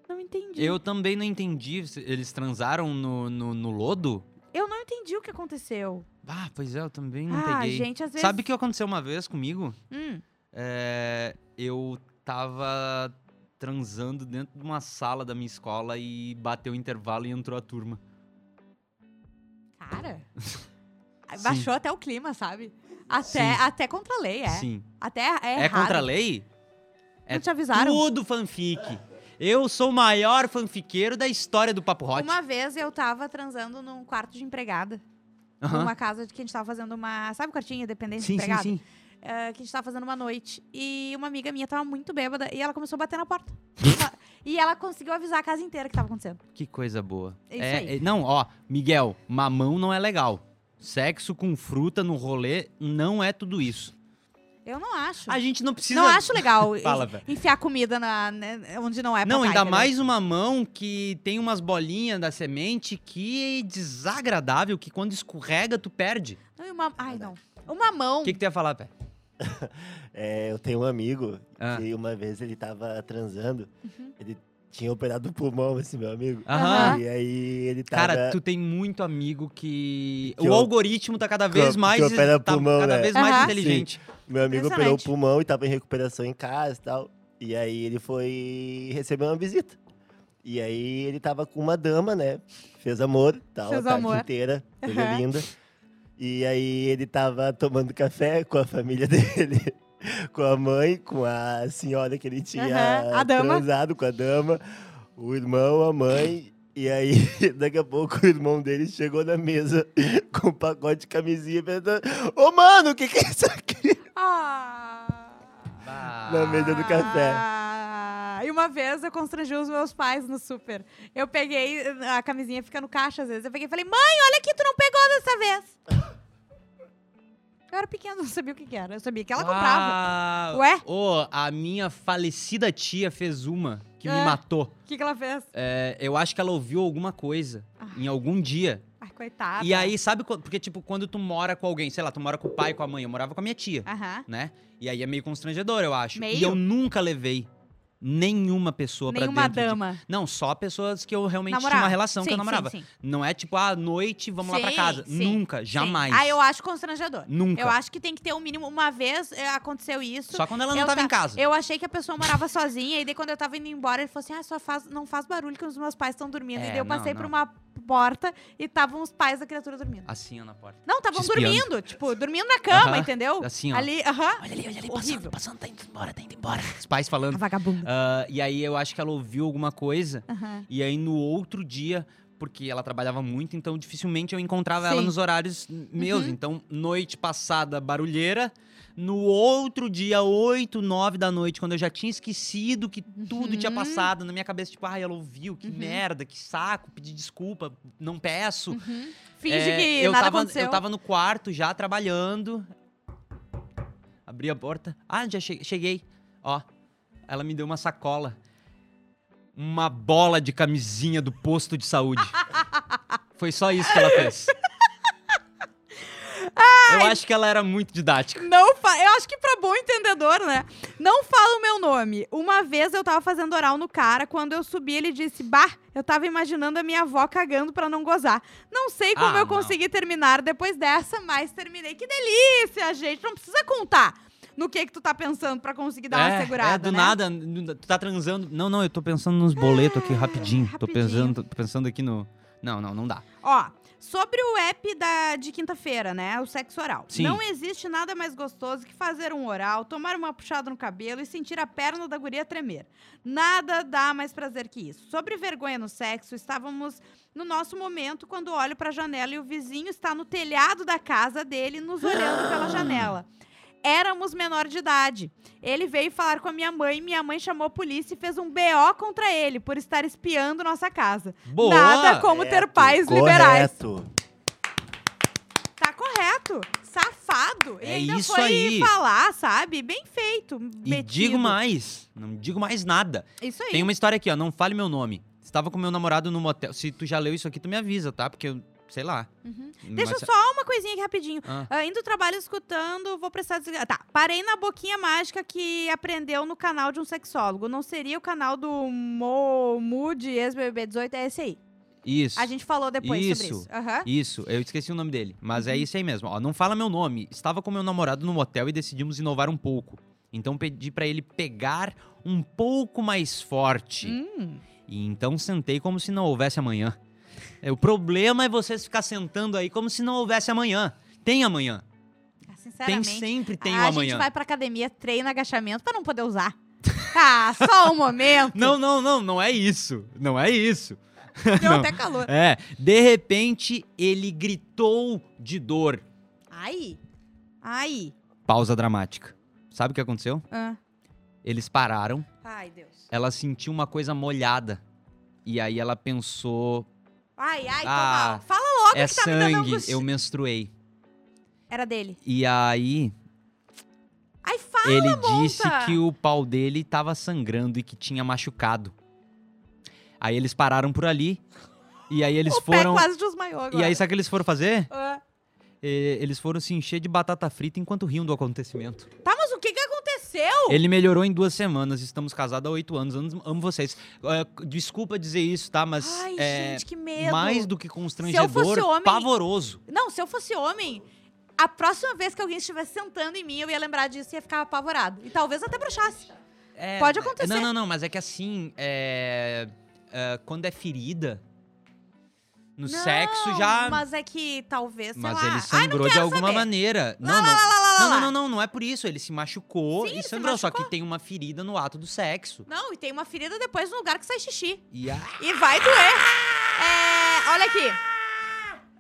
Speaker 1: Não entendi.
Speaker 2: Eu também não entendi. se Eles transaram no, no, no lodo?
Speaker 1: Eu não entendi o que aconteceu.
Speaker 2: Ah, pois é, eu também não
Speaker 1: ah,
Speaker 2: peguei.
Speaker 1: gente, às vezes...
Speaker 2: Sabe o que aconteceu uma vez comigo?
Speaker 1: Hum,
Speaker 2: É, eu tava transando dentro de uma sala da minha escola e bateu o intervalo e entrou a turma.
Speaker 1: cara... Ai,
Speaker 2: Sim.
Speaker 1: Baixou até o clima, sabe? Até,
Speaker 2: Sim.
Speaker 1: até contra a lei, é.
Speaker 2: Sim.
Speaker 1: Até é
Speaker 2: É,
Speaker 1: errado.
Speaker 2: contra a lei? É
Speaker 1: Não te avisaram?
Speaker 2: Tudo fanfic. Eu sou o maior fanfiqueiro da história do Papo Hot.
Speaker 1: Uma vez eu tava transando num quarto de empregada.
Speaker 2: Aham.
Speaker 1: numa casa de que a gente tava fazendo uma. Sabe o quartinho independente de
Speaker 2: Sim, sim,
Speaker 1: empregado?
Speaker 2: sim.
Speaker 1: Eh, que a gente tava fazendo uma noite. E uma amiga minha tava muito bêbada e ela começou a bater na porta. Ela- e ela conseguiu avisar a casa inteira que tava acontecendo.
Speaker 2: Que coisa boa.
Speaker 1: É isso
Speaker 2: É,
Speaker 1: aí.
Speaker 2: é- não, ó, Miguel, mamão não é legal. Sexo com fruta no rolê não é tudo isso.
Speaker 1: Eu não acho.
Speaker 2: A gente não precisa.
Speaker 1: não acho legal
Speaker 2: Fala,
Speaker 1: en-
Speaker 2: velho.
Speaker 1: enfiar comida na, né, onde não é pra
Speaker 2: Não,
Speaker 1: tá,
Speaker 2: ainda
Speaker 1: entendeu?
Speaker 2: mais uma mão que tem umas bolinhas da semente que é desagradável, que quando escorrega, tu perde.
Speaker 1: Não, e uma- ai, não. Uma mão.
Speaker 2: O que, que tu ia falar, Pé?
Speaker 3: É, eu tenho um amigo
Speaker 2: Ah.
Speaker 3: que uma vez ele tava transando,
Speaker 1: Uhum.
Speaker 3: ele tinha operado o pulmão, esse meu amigo.
Speaker 1: Aham.
Speaker 3: E aí ele tava.
Speaker 2: Cara, tu tem muito amigo que.
Speaker 3: Que
Speaker 2: o
Speaker 3: o-
Speaker 2: algoritmo tá cada
Speaker 3: que
Speaker 2: vez
Speaker 3: o-
Speaker 2: mais.
Speaker 3: que opera
Speaker 2: tá
Speaker 3: pulmão,
Speaker 2: cada
Speaker 3: né?
Speaker 2: vez mais
Speaker 1: Aham.
Speaker 2: inteligente.
Speaker 3: Meu amigo operou o
Speaker 1: Impressionante.
Speaker 3: pulmão e tava em recuperação em casa e tal. E aí ele foi receber uma visita. E aí ele tava com uma dama, né? Fez amor, tal,
Speaker 1: Fez
Speaker 3: a tarde
Speaker 1: amor.
Speaker 3: inteira, coisa
Speaker 1: Aham.
Speaker 3: linda. E aí ele tava tomando café com a família dele, com a mãe, com a senhora que ele tinha
Speaker 1: Aham, a dama.
Speaker 3: transado com a dama, o irmão, a mãe. E aí, daqui a pouco, o irmão dele chegou na mesa com um pacote de camisinha e perguntando: Ô, mano, o que, que é isso aqui?
Speaker 1: Ah.
Speaker 3: Na mesa do café.
Speaker 1: Ah, E uma vez eu constrangi os meus pais no super. Eu peguei, a camisinha fica no caixa às vezes. Eu peguei e falei, mãe, olha aqui, tu não pegou dessa vez. eu era pequena, não sabia o que, que era. Eu sabia que ela comprava.
Speaker 2: Ah,
Speaker 1: Ué?
Speaker 2: Ô, a minha falecida tia fez uma que me
Speaker 1: É.
Speaker 2: matou.
Speaker 1: O que, que ela fez?
Speaker 2: É, eu acho que ela ouviu alguma coisa
Speaker 1: Ah.
Speaker 2: em algum dia.
Speaker 1: Ai, coitada.
Speaker 2: e aí, sabe? co- Porque, tipo, quando tu mora com alguém, sei lá, tu mora com o pai, com a mãe, eu morava com a minha tia,
Speaker 1: Aham.
Speaker 2: né? E aí é meio constrangedor, eu acho. E
Speaker 1: Meio?
Speaker 2: eu nunca levei nenhuma pessoa pra
Speaker 1: Nenhuma
Speaker 2: dentro. de-
Speaker 1: dama.
Speaker 2: Não, só pessoas que eu realmente tinha
Speaker 1: Namorava.
Speaker 2: uma relação que
Speaker 1: Sim,
Speaker 2: eu namorava.
Speaker 1: Sim, sim,
Speaker 2: Não é tipo, ah, à noite, vamos lá pra
Speaker 1: Sim,
Speaker 2: casa.
Speaker 1: sim,
Speaker 2: Nunca, jamais.
Speaker 1: Sim. Ah, eu acho constrangedor.
Speaker 2: Nunca.
Speaker 1: Eu acho que tem que ter o mínimo. Uma vez eh, aconteceu isso.
Speaker 2: Só quando ela não
Speaker 1: Eu
Speaker 2: tava
Speaker 1: ta-
Speaker 2: em casa.
Speaker 1: Eu achei que a pessoa morava sozinha, e daí quando eu tava indo embora, ele falou assim: ah, só faz, não faz barulho que os meus pais estão dormindo.
Speaker 2: É,
Speaker 1: e daí eu
Speaker 2: não,
Speaker 1: passei
Speaker 2: não.
Speaker 1: por uma porta e estavam os pais da criatura dormindo.
Speaker 2: Assim, ó, na porta.
Speaker 1: Não, estavam
Speaker 2: te espiando.
Speaker 1: dormindo, tipo, dormindo na cama,
Speaker 2: Aham,
Speaker 1: entendeu?
Speaker 2: assim, ó.
Speaker 1: Ali, aham.
Speaker 2: Olha ali, olha ali,
Speaker 1: Horrível.
Speaker 2: passando, passando, tá indo embora, tá indo embora. Os pais
Speaker 1: A
Speaker 2: falando.
Speaker 1: vagabunda.
Speaker 2: Ah, e aí eu acho que ela ouviu alguma coisa.
Speaker 1: Aham.
Speaker 2: E aí no outro dia, porque ela trabalhava muito, então dificilmente eu encontrava ela
Speaker 1: Sim. Uhum.
Speaker 2: nos horários meus. Então, noite passada, barulheira. No outro dia, 8, 9 da noite, quando eu já tinha esquecido que tudo tinha
Speaker 1: Uhum.
Speaker 2: passado, na minha cabeça, tipo, ai, ela ouviu, que
Speaker 1: Uhum.
Speaker 2: merda, que saco, pedi desculpa, não peço.
Speaker 1: Uhum. Finge
Speaker 2: É,
Speaker 1: que
Speaker 2: eu
Speaker 1: nada
Speaker 2: tava,
Speaker 1: aconteceu.
Speaker 2: Eu tava no quarto já trabalhando. Abri a porta. Ah, já che- cheguei. Ó, ela me deu uma sacola. Uma bola de camisinha do posto de saúde. Foi só isso que ela fez. Eu acho que ela era muito didática.
Speaker 1: Não fa... Eu acho que pra bom entendedor, né? Não fala o meu nome. Uma vez eu tava fazendo oral no cara, quando eu subi, ele disse: Bah, eu tava imaginando a minha avó cagando pra não gozar. Não sei como
Speaker 2: Ah,
Speaker 1: eu
Speaker 2: não.
Speaker 1: consegui terminar depois dessa, mas terminei. Que delícia, gente! Não precisa contar no que que tu tá pensando pra conseguir dar uma
Speaker 2: é,
Speaker 1: segurada.
Speaker 2: é, do
Speaker 1: né?
Speaker 2: nada, n- tu tá transando. Não, não, eu tô pensando nos boletos aqui rapidinho. Tô
Speaker 1: Ah, rapidinho.
Speaker 2: pensando, tô pensando aqui no. Não, não, não dá.
Speaker 1: Ó, sobre o app da, de quinta-feira, né? O sexo oral.
Speaker 2: Sim.
Speaker 1: Não existe nada mais gostoso que fazer um oral, tomar uma puxada no cabelo e sentir a perna da guria tremer. Nada dá mais prazer que isso. Sobre vergonha no sexo, estávamos no nosso momento quando olho pra janela e o vizinho está no telhado da casa dele nos olhando pela janela. Éramos menor de idade. Ele veio falar com a minha mãe, minha mãe chamou a polícia e fez um BO contra ele por estar espiando nossa casa.
Speaker 2: Boa!
Speaker 1: Nada como ter
Speaker 3: Correto,
Speaker 1: pais liberais.
Speaker 3: correto.
Speaker 1: Tá correto. Safado. E
Speaker 2: É
Speaker 1: ainda
Speaker 2: isso
Speaker 1: foi
Speaker 2: aí.
Speaker 1: falar, sabe? Bem feito.
Speaker 2: E
Speaker 1: metido.
Speaker 2: digo mais, não digo mais nada.
Speaker 1: Isso aí.
Speaker 2: Tem uma história aqui, ó. Não fale meu nome. Estava com meu namorado no motel. Se tu já leu isso aqui, tu me avisa, tá? Porque eu, sei lá.
Speaker 1: Uhum. Deixa
Speaker 2: um Mas-
Speaker 1: só uma coisinha aqui rapidinho.
Speaker 2: Ah.
Speaker 1: Ah, indo do trabalho escutando, vou prestar desligar. Tá, parei na boquinha mágica que aprendeu no canal de um sexólogo. Não seria o canal do Mo Mood ex-BBB18, é esse aí.
Speaker 2: Isso.
Speaker 1: A gente tá- falou depois sobre
Speaker 2: Isso.
Speaker 1: isso. Aham.
Speaker 2: Isso, eu esqueci o nome dele. Mas
Speaker 1: Uhum.
Speaker 2: é isso aí mesmo. Ó, não fala meu nome. Estava com meu namorado no motel e decidimos inovar um pouco. Então pedi pra ele pegar um pouco mais forte.
Speaker 1: Hum.
Speaker 2: E então sentei como se não houvesse amanhã. É, O problema é vocês ficar sentando aí como se não houvesse amanhã. Tem amanhã.
Speaker 1: Ah,
Speaker 2: Tem
Speaker 1: Sinceramente,
Speaker 2: sempre tem o
Speaker 1: a
Speaker 2: amanhã.
Speaker 1: gente vai pra academia, treina agachamento pra não poder usar. ah, só um momento.
Speaker 2: Não, não, não, não é isso. Não é isso.
Speaker 1: Deu
Speaker 2: não.
Speaker 1: até calor.
Speaker 2: É, de repente ele gritou de dor.
Speaker 1: Ai. Ai.
Speaker 2: Pausa dramática. Sabe o que aconteceu?
Speaker 1: Ah.
Speaker 2: Eles pararam,
Speaker 1: Ai, Deus.
Speaker 2: ela sentiu uma coisa molhada. E aí ela pensou,
Speaker 1: Ai, ai, tô
Speaker 2: Ah,
Speaker 1: mal. Fala logo
Speaker 2: é
Speaker 1: que tá me dando
Speaker 2: sangue,
Speaker 1: angústia.
Speaker 2: eu menstruei.
Speaker 1: Era dele.
Speaker 2: E aí
Speaker 1: Ai, fala.
Speaker 2: ele disse
Speaker 1: monta!
Speaker 2: que o pau dele tava sangrando e que tinha machucado. Aí eles pararam por ali. E aí eles
Speaker 1: o
Speaker 2: foram.
Speaker 1: pé quase desmaiou agora.
Speaker 2: E aí, sabe o que eles foram fazer?
Speaker 1: Ah.
Speaker 2: Eh, Eles foram se encher de batata frita enquanto riam do acontecimento.
Speaker 1: Tá, mas o que que aconteceu?
Speaker 2: Ele melhorou em duas semanas, estamos casados há oito anos, amo, amo vocês. Eh, desculpa dizer isso, tá? Mas
Speaker 1: Ai,
Speaker 2: é
Speaker 1: gente, que medo.
Speaker 2: mais do que constrangedor,
Speaker 1: fosse homem-
Speaker 2: pavoroso.
Speaker 1: Não, se eu fosse homem, a próxima vez que alguém estivesse sentando em mim, eu ia lembrar disso e ia ficar apavorado. E talvez até broxasse. Pode acontecer.
Speaker 2: Não, não, não, mas é que assim, é, é, quando é ferida,
Speaker 1: Não,
Speaker 2: no sexo já...
Speaker 1: Mas é que talvez, sei
Speaker 2: Mas
Speaker 1: lá.
Speaker 2: ele
Speaker 1: Ai, não
Speaker 2: sangrou de
Speaker 1: quero
Speaker 2: alguma
Speaker 1: saber.
Speaker 2: maneira.
Speaker 1: Lá, lá,
Speaker 2: não, não.
Speaker 1: lá, lá, lá,
Speaker 2: não,
Speaker 1: lá.
Speaker 2: não, não, não, não é por isso. Ele se machucou
Speaker 1: Sim, ele
Speaker 2: e
Speaker 1: se
Speaker 2: sangrou. Só
Speaker 1: machucou.
Speaker 2: que tem uma ferida no ato do sexo.
Speaker 1: Não, e tem uma ferida depois no lugar que sai xixi.
Speaker 2: E ah, a...
Speaker 1: E vai doer. É, olha aqui.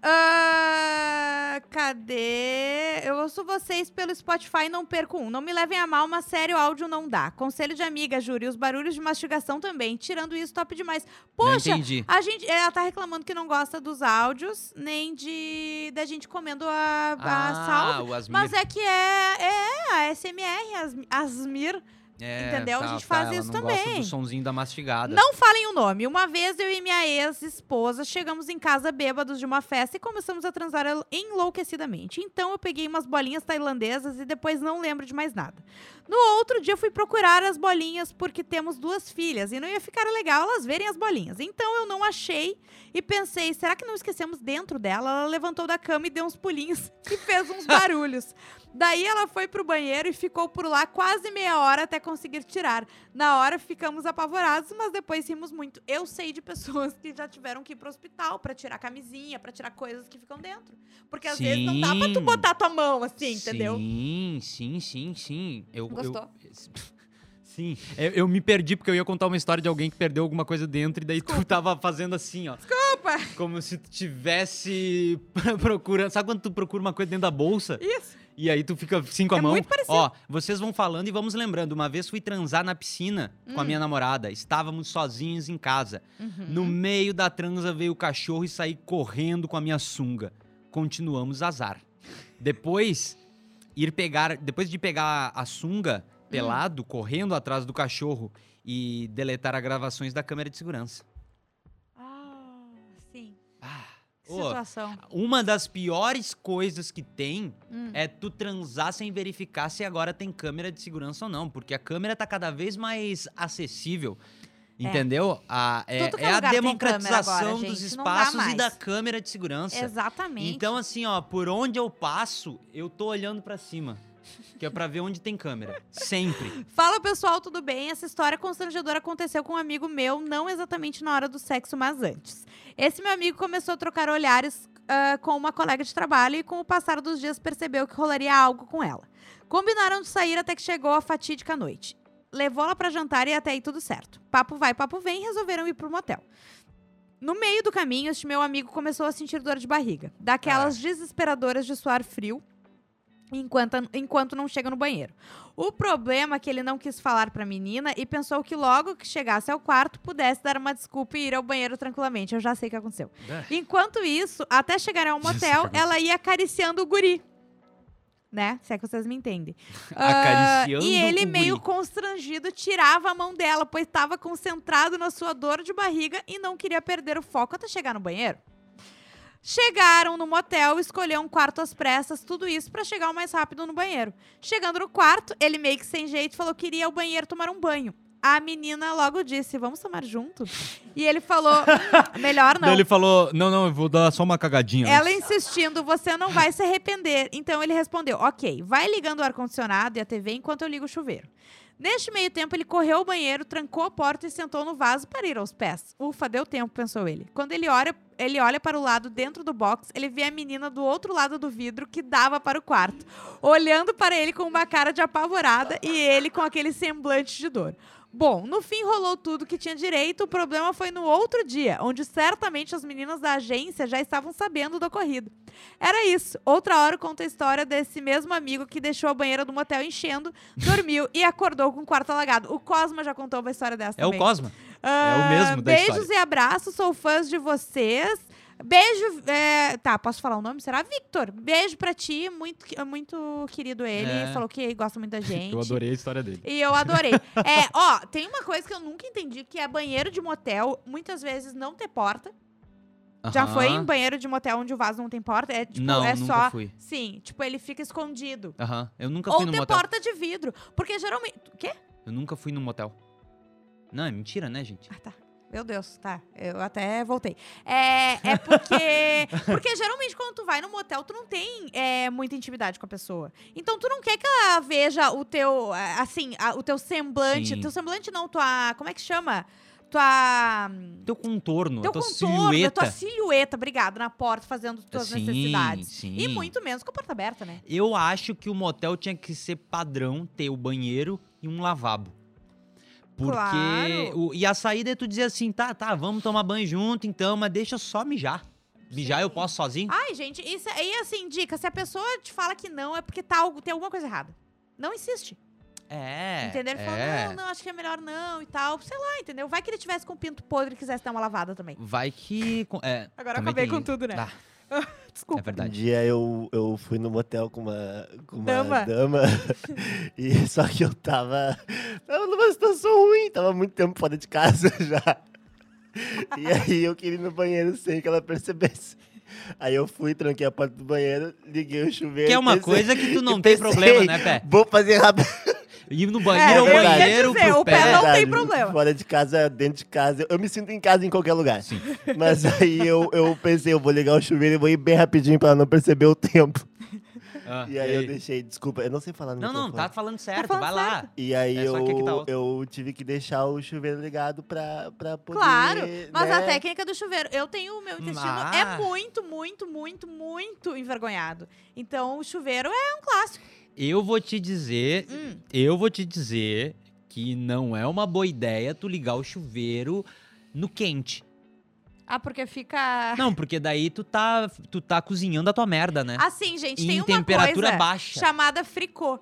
Speaker 1: Ah, cadê? Eu ouço vocês pelo Spotify e não perco um. Não me levem a mal, mas sério, áudio não dá. Conselho de amiga, juro. E os barulhos de mastigação também. Tirando isso, top demais.
Speaker 2: Não
Speaker 1: Poxa,
Speaker 2: entendi.
Speaker 1: a gente, ela tá reclamando que não gosta dos áudios, nem de da gente comendo a, a salva.
Speaker 2: Ah, o Asmir.
Speaker 1: Mas é que é, é a SMR, Asmi- Asmir.
Speaker 2: É,
Speaker 1: entendeu? A
Speaker 2: tá,
Speaker 1: gente
Speaker 2: tá,
Speaker 1: faz
Speaker 2: ela
Speaker 1: isso
Speaker 2: não Gosta
Speaker 1: também.
Speaker 2: do sonzinho da mastigada.
Speaker 1: Não falem o nome. Uma vez eu e minha ex-esposa chegamos em casa bêbados de uma festa e começamos a transar el- enlouquecidamente. Então eu peguei umas bolinhas tailandesas e depois não lembro de mais nada. No outro dia eu fui procurar as bolinhas porque temos duas filhas e não ia ficar legal elas verem as bolinhas. Então eu não achei e pensei, será que não esquecemos dentro dela? Ela levantou da cama e deu uns pulinhos e fez uns barulhos. Daí ela foi pro banheiro e ficou por lá quase meia hora até conseguir tirar. Na hora ficamos apavorados, mas depois rimos muito. Eu sei de pessoas que já tiveram que ir pro hospital pra tirar camisinha, pra tirar coisas que ficam dentro. Porque às vezes não dá pra tu
Speaker 2: Sim.
Speaker 1: botar tua mão assim, entendeu?
Speaker 2: Sim, sim, sim, sim. Eu,
Speaker 1: Gostou?
Speaker 2: Eu, sim. Eu, eu me perdi porque eu ia contar uma história de alguém que perdeu alguma coisa dentro e daí tu tava fazendo assim, ó.
Speaker 1: Opa!
Speaker 2: Como se tu tivesse procurando. Sabe quando tu procura uma coisa dentro da bolsa?
Speaker 1: Isso.
Speaker 2: E aí tu fica assim com a
Speaker 1: É
Speaker 2: mão.
Speaker 1: muito parecido.
Speaker 2: Ó, vocês vão falando e vamos lembrando. Uma vez fui transar na piscina
Speaker 1: Hum.
Speaker 2: com a minha namorada. Estávamos sozinhos em casa. No meio da transa veio o cachorro e saí correndo com a minha sunga. Continuamos azar. Depois ir pegar, depois de pegar a sunga pelado, correndo atrás do cachorro e deletar as gravações da câmera de segurança.
Speaker 1: Ah, sim.
Speaker 2: Ah,
Speaker 1: Que
Speaker 2: ô,
Speaker 1: situação.
Speaker 2: uma das piores coisas que tem
Speaker 1: Hum.
Speaker 2: é tu transar sem verificar se agora tem câmera de segurança ou não, porque a câmera tá cada vez mais acessível. Entendeu? A, é
Speaker 1: É. Tudo que
Speaker 2: é
Speaker 1: é
Speaker 2: a
Speaker 1: lugar tem
Speaker 2: democratização
Speaker 1: câmera agora,
Speaker 2: dos
Speaker 1: gente, não dá
Speaker 2: espaços e
Speaker 1: mais.
Speaker 2: da câmera de segurança.
Speaker 1: Exatamente.
Speaker 2: Então, assim, ó, por onde eu passo, eu tô olhando pra cima. Que é pra ver onde tem câmera. Sempre.
Speaker 1: Fala pessoal, tudo bem? Essa história constrangedora aconteceu com um amigo meu, não exatamente na hora do sexo, mas antes. Esse meu amigo começou a trocar olhares ah, com uma colega de trabalho e, com o passar dos dias, percebeu que rolaria algo com ela. Combinaram de sair até que chegou a fatídica noite. Levou ela pra jantar e até aí tudo certo. Papo vai, papo vem, resolveram ir pro motel. No meio do caminho, este meu amigo começou a sentir dor de barriga, daquelas desesperadoras de suar frio, enquanto, enquanto não chega no banheiro. O problema é que ele não quis falar pra menina e pensou que logo que chegasse ao quarto pudesse dar uma desculpa e ir ao banheiro tranquilamente. Eu já sei o que aconteceu.
Speaker 2: Ah.
Speaker 1: Enquanto isso, até chegar ao
Speaker 2: Já sei o que
Speaker 1: motel,
Speaker 2: aconteceu.
Speaker 1: ela ia acariciando o guri. Né? Se é que vocês me entendem. Ah,
Speaker 2: Acariciando
Speaker 1: e ele
Speaker 2: o
Speaker 1: meio
Speaker 2: guri.
Speaker 1: constrangido tirava a mão dela, pois estava concentrado na sua dor de barriga e não queria perder o foco até chegar no banheiro. Chegaram no motel, escolheu um quarto às pressas, tudo isso pra chegar o mais rápido no banheiro. Chegando no quarto, ele meio que sem jeito falou que iria ao banheiro tomar um banho. A menina logo disse: "Vamos tomar junto?" E ele falou: "Hum, "Melhor não".
Speaker 2: Daí ele falou: Não, não, eu vou dar só uma cagadinha.
Speaker 1: Ela
Speaker 2: antes."
Speaker 1: insistindo, você não vai se arrepender. Então ele respondeu: Ok, vai ligando o ar-condicionado e a TV enquanto eu ligo o chuveiro. Neste meio tempo, ele correu ao banheiro, trancou a porta e sentou no vaso para ir aos pés. Ufa, deu tempo, pensou ele. Quando ele olha, ele olha para o lado dentro do box, ele vê a menina do outro lado do vidro que dava para o quarto, olhando para ele com uma cara de apavorada e ele com aquele semblante de dor. Bom, no fim rolou tudo que tinha direito, o problema foi no outro dia, onde certamente as meninas da agência já estavam sabendo do ocorrido. Era isso. Outra hora conta a história desse mesmo amigo que deixou a banheira do motel enchendo, dormiu e acordou com o quarto alagado. O Cosma já contou uma história dessa
Speaker 2: É o
Speaker 1: também.
Speaker 2: Cosma.
Speaker 1: Ah,
Speaker 2: É o mesmo da
Speaker 1: Beijos
Speaker 2: história.
Speaker 1: e abraços, sou fãs de vocês. Beijo, é, tá, posso falar o nome? Será? Victor, beijo pra ti, muito, muito querido ele,
Speaker 2: É.
Speaker 1: falou que gosta muito da gente.
Speaker 2: Eu adorei a história dele.
Speaker 1: E eu adorei. É, ó, tem uma coisa que eu nunca entendi, que é banheiro de motel, muitas vezes não ter porta. Já
Speaker 2: Aham.
Speaker 1: foi em banheiro de motel onde o vaso não tem porta? É, tipo,
Speaker 2: Não,
Speaker 1: é
Speaker 2: nunca
Speaker 1: só.
Speaker 2: fui.
Speaker 1: Sim, tipo, ele fica escondido.
Speaker 2: Aham. Eu nunca fui
Speaker 1: Ou
Speaker 2: no
Speaker 1: ter
Speaker 2: motel.
Speaker 1: porta de vidro. Porque geralmente. O quê?
Speaker 2: Eu nunca fui no motel. Não, é mentira, né, gente?
Speaker 1: Ah, tá. Meu Deus, tá. Eu até voltei. É, é porque. Porque geralmente quando tu vai no motel, tu não tem é, muita intimidade com a pessoa. Então tu não quer que ela veja o teu. é, Assim, a- o teu semblante.
Speaker 2: Sim.
Speaker 1: Teu semblante não, tua. Como é que chama? Tua.
Speaker 2: Teu contorno,
Speaker 1: Hum. Teu
Speaker 2: a tua
Speaker 1: contorno, a
Speaker 2: silhueta.
Speaker 1: tua silhueta, obrigado, na porta fazendo as tuas
Speaker 2: Sim,
Speaker 1: necessidades.
Speaker 2: sim.
Speaker 1: E muito menos com a porta aberta, né?
Speaker 2: Eu acho que o motel tinha que ser padrão ter o banheiro e um lavabo. Porque.
Speaker 1: Claro.
Speaker 2: o- e a saída é tu dizer assim, tá, tá, vamos tomar banho junto então, mas deixa eu só mijar. Mijar eu posso sozinho?
Speaker 1: Ai, gente, isso aí assim, dica, se a pessoa te fala que não, é porque tá algo, tem alguma coisa errada. Não insiste. Ah,
Speaker 2: É.
Speaker 1: entendeu? Ele
Speaker 2: é.
Speaker 1: fala, não, não, acho que é melhor não e tal. Sei lá, entendeu? Vai que ele tivesse com o pinto podre e quisesse dar uma lavada também.
Speaker 2: Vai que. co- É,
Speaker 1: Agora
Speaker 2: também
Speaker 1: acabei
Speaker 2: tem-
Speaker 1: com tudo, né?
Speaker 2: Ah, é
Speaker 1: Desculpa.
Speaker 3: Um
Speaker 2: verdade.
Speaker 3: dia eu, eu fui no motel com uma, com uma
Speaker 1: Dama.
Speaker 3: dama, e só que eu tava, tava numa situação ruim, tava muito tempo fora de casa já. E aí eu queria ir no banheiro sem que ela percebesse. Aí eu fui, tranquei a porta do banheiro, liguei o chuveiro.
Speaker 2: Que é
Speaker 3: e
Speaker 2: uma
Speaker 3: pensei-
Speaker 2: coisa que tu
Speaker 3: e
Speaker 2: não tem
Speaker 3: pensei,
Speaker 2: problema, né, Pé?
Speaker 3: Vou fazer rápido.
Speaker 2: Ir no
Speaker 1: É,
Speaker 2: banheiro
Speaker 1: eu ia
Speaker 2: ao banheiro
Speaker 1: dizer,
Speaker 2: pro
Speaker 1: o
Speaker 2: pé.
Speaker 1: pé não- tem
Speaker 3: Verdade,
Speaker 1: problema.
Speaker 3: Fora de casa, dentro de casa. Eu me sinto em casa em qualquer lugar. Mas aí eu, eu pensei, eu vou ligar o chuveiro e vou ir bem rapidinho pra ela não perceber o tempo.
Speaker 2: Ah,
Speaker 3: E aí eu deixei, desculpa, eu não sei falar no
Speaker 2: Não, não,
Speaker 3: microfone.
Speaker 2: tá falando certo,
Speaker 1: falando
Speaker 2: vai lá.
Speaker 3: E aí
Speaker 2: É, só que aqui tá
Speaker 3: eu,
Speaker 2: alto.
Speaker 3: eu tive que deixar o chuveiro ligado pra, pra
Speaker 2: É.
Speaker 3: poder...
Speaker 1: Claro, mas
Speaker 3: né?
Speaker 1: a técnica do chuveiro. Eu tenho o meu intestino é
Speaker 2: Mas-
Speaker 1: muito, muito, muito, muito envergonhado. Então o chuveiro é um clássico.
Speaker 2: Eu vou te dizer,
Speaker 1: Hum.
Speaker 2: eu vou te dizer que não é uma boa ideia tu ligar o chuveiro no quente.
Speaker 1: Ah, porque fica.
Speaker 2: Não, porque daí tu tá, tu tá cozinhando a tua merda, né?
Speaker 1: Assim, gente,
Speaker 2: Em
Speaker 1: tem uma
Speaker 2: temperatura
Speaker 1: coisa
Speaker 2: baixa.
Speaker 1: chamada fricô.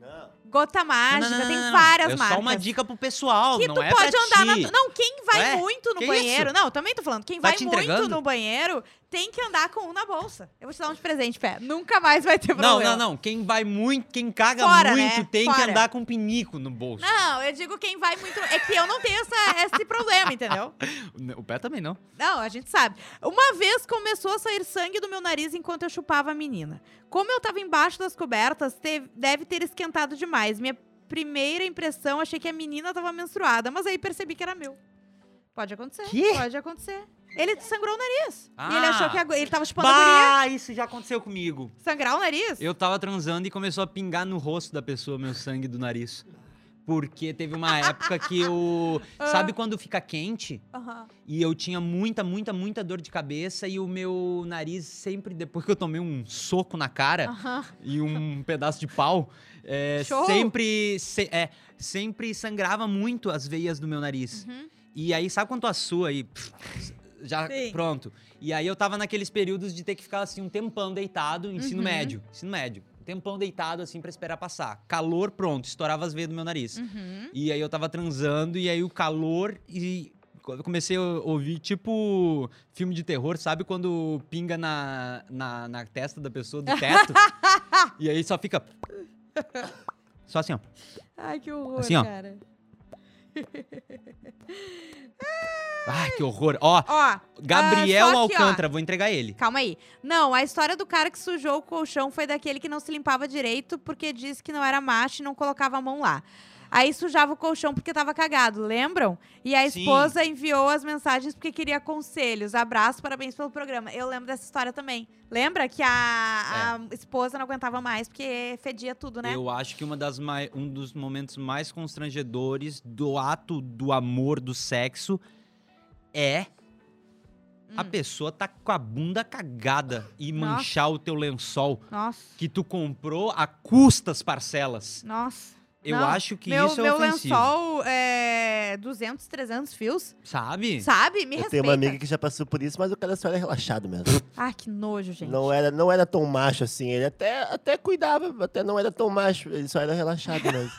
Speaker 3: Não.
Speaker 1: Gota
Speaker 2: Não, não,
Speaker 1: mágica,
Speaker 2: não, não,
Speaker 1: tem
Speaker 2: não, não.
Speaker 1: várias
Speaker 2: é
Speaker 1: marcas.
Speaker 2: Só uma dica pro pessoal,
Speaker 1: que
Speaker 2: não
Speaker 1: tu
Speaker 2: é
Speaker 1: pode
Speaker 2: pra
Speaker 1: andar na...
Speaker 2: ti.
Speaker 1: Não, quem vai
Speaker 2: Ué,
Speaker 1: muito no
Speaker 2: que
Speaker 1: banheiro.
Speaker 2: isso?
Speaker 1: Não, eu também tô falando. Quem
Speaker 2: Tá
Speaker 1: vai
Speaker 2: te
Speaker 1: muito
Speaker 2: entregando?
Speaker 1: no banheiro tem que andar com um na bolsa. Eu vou te dar um de presente, pé. Nunca mais vai ter
Speaker 2: Não,
Speaker 1: problema.
Speaker 2: não, não. Quem vai muito, quem caga
Speaker 1: Fora,
Speaker 2: muito,
Speaker 1: né?
Speaker 2: tem que
Speaker 1: Fora.
Speaker 2: andar com um pinico no bolso.
Speaker 1: Não, eu digo quem vai muito. É que eu não tenho essa- esse problema, entendeu?
Speaker 2: O pé também não.
Speaker 1: Não, a gente sabe. Uma vez começou a sair sangue do meu nariz enquanto eu chupava a menina. Como eu tava embaixo das cobertas, teve- deve ter esquentado demais. Minha primeira impressão, achei que a menina tava menstruada, mas aí percebi que era meu. Pode acontecer.
Speaker 2: Quê?
Speaker 1: Pode acontecer. Ele sangrou o nariz. E ele
Speaker 2: Ah.
Speaker 1: achou que a gu- ele tava chupando a guria.
Speaker 2: Bah, isso já aconteceu comigo.
Speaker 1: Sangrar o nariz?
Speaker 2: Eu tava transando e começou a pingar no rosto da pessoa meu sangue do nariz. Porque teve uma época que eu. Sabe quando fica quente?
Speaker 1: Aham.
Speaker 2: E eu tinha muita, muita, muita dor de cabeça e o meu nariz sempre, depois que eu tomei um soco na cara
Speaker 1: Aham.
Speaker 2: e um pedaço de pau, é,
Speaker 1: Show!
Speaker 2: sempre, se- é, sempre sangrava muito as veias do meu nariz.
Speaker 1: Uhum.
Speaker 2: E aí, sabe quanto assua aí? Já
Speaker 1: Sim.
Speaker 2: pronto. E aí eu tava naqueles períodos de ter que ficar assim um tempão deitado, ensino
Speaker 1: Uhum.
Speaker 2: médio, ensino médio. um Tempão deitado assim pra esperar passar. Calor, pronto, estourava as veias do meu nariz.
Speaker 1: Uhum.
Speaker 2: E aí eu tava transando, e aí o calor e. Eu comecei a ouvir, tipo, filme de terror, sabe? Quando pinga na, na, na testa da pessoa, do teto. e aí só fica. Só assim, ó.
Speaker 1: Ai, que horror,
Speaker 2: Assim, ó.
Speaker 1: cara.
Speaker 2: Ai, que horror. Ó,
Speaker 1: Ó,
Speaker 2: Gabriel
Speaker 1: ah, só que, ó.
Speaker 2: Alcântara, vou entregar ele.
Speaker 1: Calma aí. Não, a história do cara que sujou o colchão foi daquele que não se limpava direito porque disse que não era macho e não colocava a mão lá. Aí sujava o colchão porque tava cagado, lembram? E a
Speaker 2: Sim.
Speaker 1: esposa enviou as mensagens porque queria conselhos. Abraço, parabéns pelo programa. Eu lembro dessa história também. Lembra que a, a esposa não aguentava mais porque fedia tudo, né?
Speaker 2: É. Eu acho que uma das mai- um dos momentos mais constrangedores do ato do amor, do sexo, é a
Speaker 1: Hum.
Speaker 2: pessoa tá com a bunda cagada e
Speaker 1: Nossa.
Speaker 2: manchar o teu lençol
Speaker 1: Nossa,
Speaker 2: que tu comprou a custas parcelas.
Speaker 1: nossa.
Speaker 2: Eu
Speaker 1: Não,
Speaker 2: acho que
Speaker 1: meu
Speaker 2: isso é
Speaker 1: meu
Speaker 2: ofensivo.
Speaker 1: lençol é 200, 300 fios,
Speaker 2: Sabe?
Speaker 1: sabe? Me
Speaker 3: Eu
Speaker 1: respeita.
Speaker 3: tenho uma amiga que já passou por isso, mas o cara só era relaxado mesmo.
Speaker 1: Ah, que nojo, gente.
Speaker 3: Não era, não era tão macho assim. Ele até, até cuidava, até não era tão macho. Ele só era relaxado mesmo.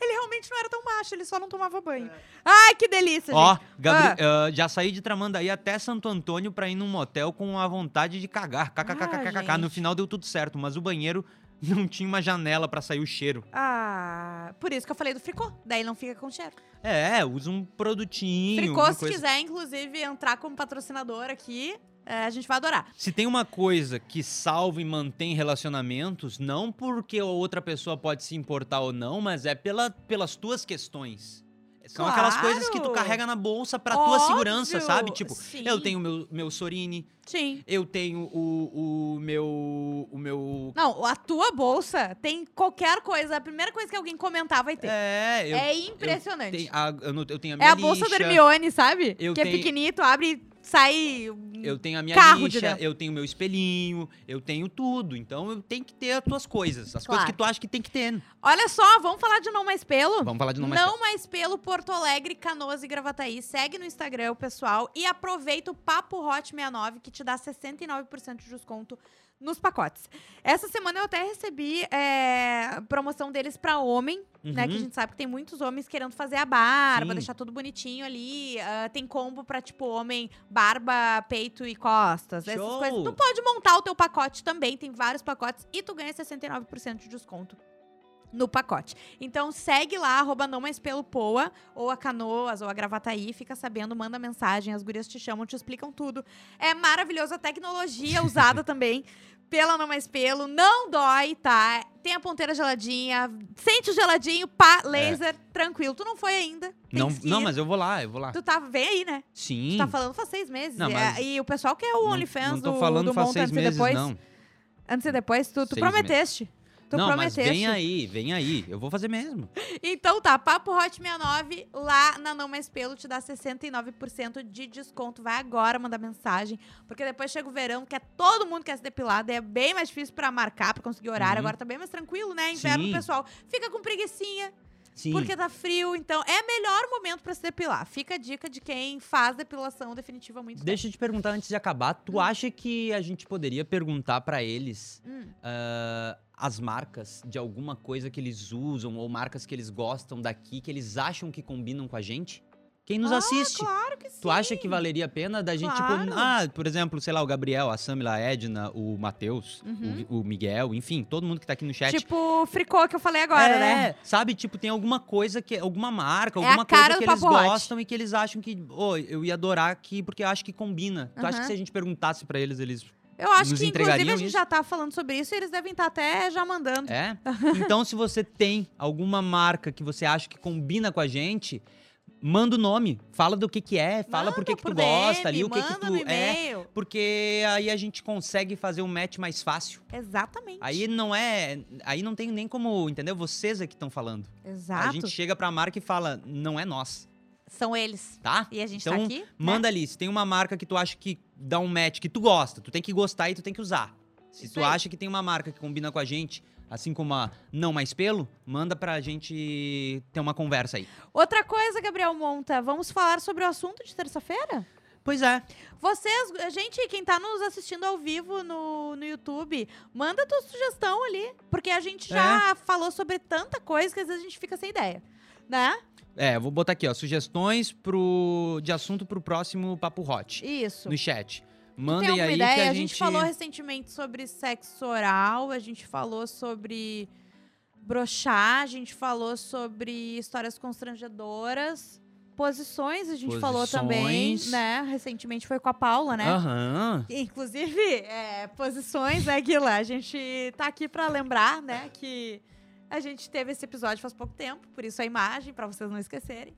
Speaker 1: Ele realmente não era tão macho, ele só não tomava banho. Ai, que delícia,
Speaker 2: Ó,
Speaker 1: gente.
Speaker 2: Gabri- ah, já saí de Tramandaí até Santo Antônio pra ir num motel com a vontade de cagar. KKKKKK.
Speaker 1: Ah,
Speaker 2: no
Speaker 1: gente.
Speaker 2: final deu tudo certo, mas o banheiro não tinha uma janela pra sair o cheiro.
Speaker 1: Ah, por isso que eu falei do fricô. Daí não fica com cheiro.
Speaker 2: É, usa um produtinho.
Speaker 1: fricô,
Speaker 2: uma
Speaker 1: se
Speaker 2: coisa.
Speaker 1: quiser, inclusive, entrar como patrocinador aqui, é, a gente vai adorar.
Speaker 2: Se tem uma coisa que salva e mantém relacionamentos, não porque a outra pessoa pode se importar ou não, mas é pela, pelas tuas questões. São aquelas
Speaker 1: Claro!
Speaker 2: coisas que tu carrega na bolsa pra tua
Speaker 1: Óbvio!
Speaker 2: segurança, sabe? Tipo,
Speaker 1: Sim.
Speaker 2: eu tenho meu, meu Sorine,
Speaker 1: Sim.
Speaker 2: eu tenho o, o meu. O meu.
Speaker 1: Não, a tua bolsa tem qualquer coisa. A primeira coisa que alguém comentar vai ter.
Speaker 2: É, eu,
Speaker 1: é impressionante.
Speaker 2: tenho, a, eu, não- eu tenho a
Speaker 1: é
Speaker 2: minha
Speaker 1: a bolsa da
Speaker 2: lixa,
Speaker 1: Hermione, sabe?
Speaker 2: Eu
Speaker 1: que é
Speaker 2: tenho-
Speaker 1: pequenito, abre e sai.
Speaker 2: Eu tenho a minha
Speaker 1: Carro de
Speaker 2: lixa,
Speaker 1: dentro.
Speaker 2: eu tenho meu espelhinho, eu tenho tudo. Então eu tenho que ter as tuas coisas. As coisas
Speaker 1: Claro.
Speaker 2: que tu acha que tem que ter.
Speaker 1: Olha só, vamos falar de não mais pelo?
Speaker 2: Vamos falar de
Speaker 1: Não
Speaker 2: não
Speaker 1: mais,
Speaker 2: mais.
Speaker 1: pelo Porto Alegre, Canoas e Gravataí. Segue no Instagram o pessoal e aproveita o Papo Hot 69 que te dá 69% de desconto nos pacotes. Essa semana eu até recebi é, promoção deles pra homem, né? Que a
Speaker 2: Uhum.
Speaker 1: gente sabe que tem muitos homens querendo fazer a barba,
Speaker 2: Sim.
Speaker 1: deixar tudo bonitinho ali. ah, tem combo pra, tipo, homem, barba, peito e costas. né, Essas
Speaker 2: Show!
Speaker 1: coisas. Tu pode montar o teu pacote também, tem vários pacotes e tu ganha 69% de desconto no pacote. Então segue lá, arroba não mais pelo Poa, ou a Canoas, ou a Gravataí, fica sabendo, manda mensagem, as gurias te chamam, te explicam tudo. É maravilhoso a tecnologia usada também pela Não Mais Pelo, não dói, tá? Tem a ponteira geladinha, sente o geladinho, pá, laser, tranquilo. Tu não foi ainda,
Speaker 2: É. Não,
Speaker 1: tens que
Speaker 2: não,
Speaker 1: ir.
Speaker 2: mas eu vou lá, eu vou lá.
Speaker 1: Tu tá, vem aí, né? Tu
Speaker 2: Sim.
Speaker 1: tá falando faz seis meses.
Speaker 2: Não,
Speaker 1: É,
Speaker 2: mas-
Speaker 1: e o pessoal quer o
Speaker 2: Não-
Speaker 1: OnlyFans
Speaker 2: não,
Speaker 1: do,
Speaker 2: tô falando
Speaker 1: do
Speaker 2: faz
Speaker 1: Monta
Speaker 2: seis
Speaker 1: antes e
Speaker 2: meses,
Speaker 1: depois.
Speaker 2: não.
Speaker 1: Antes e depois, tu, tu
Speaker 2: Seis
Speaker 1: prometeste. Tu
Speaker 2: não, mas
Speaker 1: prometeste.
Speaker 2: vem aí, vem aí. Eu vou fazer mesmo.
Speaker 1: Então tá, Papo Hot 69 lá na Não Mais Pelo te dá 69% de desconto. Vai agora mandar mensagem, porque depois chega o verão, que é todo mundo quer se depilar, daí é bem mais difícil pra marcar, pra conseguir horário.
Speaker 2: Uhum.
Speaker 1: Agora tá bem mais tranquilo, né? Inverno,
Speaker 2: Sim.
Speaker 1: o pessoal fica com preguiçinha,
Speaker 2: Sim.
Speaker 1: porque tá frio, então é melhor momento pra se depilar. Fica a dica de quem faz depilação definitiva há muito
Speaker 2: Deixa eu te perguntar antes de acabar.
Speaker 1: Hum.
Speaker 2: Tu acha que a gente poderia perguntar pra eles
Speaker 1: tempo. Hum.
Speaker 2: ah, as marcas de alguma coisa que eles usam ou marcas que eles gostam daqui que eles acham que combinam com a gente? Quem nos
Speaker 1: Ah,
Speaker 2: assiste?
Speaker 1: Claro que sim.
Speaker 2: Tu acha que valeria a pena da gente,
Speaker 1: Claro.
Speaker 2: tipo, ah, por exemplo, sei lá, o Gabriel, a Samila, a Edna, o Matheus,
Speaker 1: Uhum.
Speaker 2: o, o Miguel, enfim, todo mundo que tá aqui no chat.
Speaker 1: Tipo, fricô que eu falei agora,
Speaker 2: é,
Speaker 1: né?
Speaker 2: Sabe, tipo, tem alguma coisa que. Alguma marca,
Speaker 1: É a
Speaker 2: alguma
Speaker 1: cara
Speaker 2: coisa
Speaker 1: do
Speaker 2: que eles
Speaker 1: Papo Hot.
Speaker 2: gostam e que eles acham que. Ô, eu ia adorar aqui, porque eu acho que combina. Tu acha
Speaker 1: Aham.
Speaker 2: que se a gente perguntasse pra eles, eles.
Speaker 1: Eu acho
Speaker 2: Nos
Speaker 1: que, inclusive, a
Speaker 2: entregariam
Speaker 1: gente
Speaker 2: isso?
Speaker 1: já tá falando sobre isso e eles devem estar até já mandando.
Speaker 2: É? Então, se você tem alguma marca que você acha que combina com a gente, Manda o nome, fala do que que é, fala por que que tu gosta ali, o que que
Speaker 1: manda
Speaker 2: tu
Speaker 1: no
Speaker 2: é,
Speaker 1: e-mail.
Speaker 2: porque aí a gente consegue fazer um match mais fácil.
Speaker 1: Exatamente.
Speaker 2: Aí não é, aí não tem nem como, entendeu? Vocês é que estão falando.
Speaker 1: Exato.
Speaker 2: A gente chega pra marca e fala, não é nós,
Speaker 1: São eles.
Speaker 2: tá?
Speaker 1: E a gente
Speaker 2: Então,
Speaker 1: tá aqui. né?
Speaker 2: Manda ali, se tem uma marca que tu acha que dá um match, que tu gosta, tu tem que gostar e tu tem que usar. Se
Speaker 1: Isso
Speaker 2: tu
Speaker 1: aí.
Speaker 2: acha que tem uma marca que combina com a gente, assim como a Não Mais Pelo, manda pra gente ter uma conversa aí.
Speaker 1: Outra coisa, Gabriel Monta, vamos falar sobre o assunto de terça-feira?
Speaker 2: Pois é.
Speaker 1: Vocês, gente, quem tá nos assistindo ao vivo no, no YouTube, manda tua sugestão ali. Porque a gente
Speaker 2: É.
Speaker 1: já falou sobre tanta coisa que às vezes a gente fica sem ideia. Né?
Speaker 2: É, eu vou botar aqui, ó, sugestões pro, de assunto pro próximo Papo Hot
Speaker 1: Isso.
Speaker 2: no chat.
Speaker 1: Tem
Speaker 2: Mandem
Speaker 1: alguma
Speaker 2: aí
Speaker 1: ideia?
Speaker 2: que
Speaker 1: a gente... falou né? recentemente sobre sexo oral, a gente falou sobre brochar, a gente falou sobre histórias constrangedoras, posições a gente falou também,
Speaker 2: Posições.
Speaker 1: né? Recentemente foi com a Paula, né?
Speaker 2: Aham.
Speaker 1: Inclusive, é, posições é aquilo. A gente tá aqui pra lembrar, né, que a gente teve esse episódio faz pouco tempo, por isso a imagem, pra vocês não esquecerem.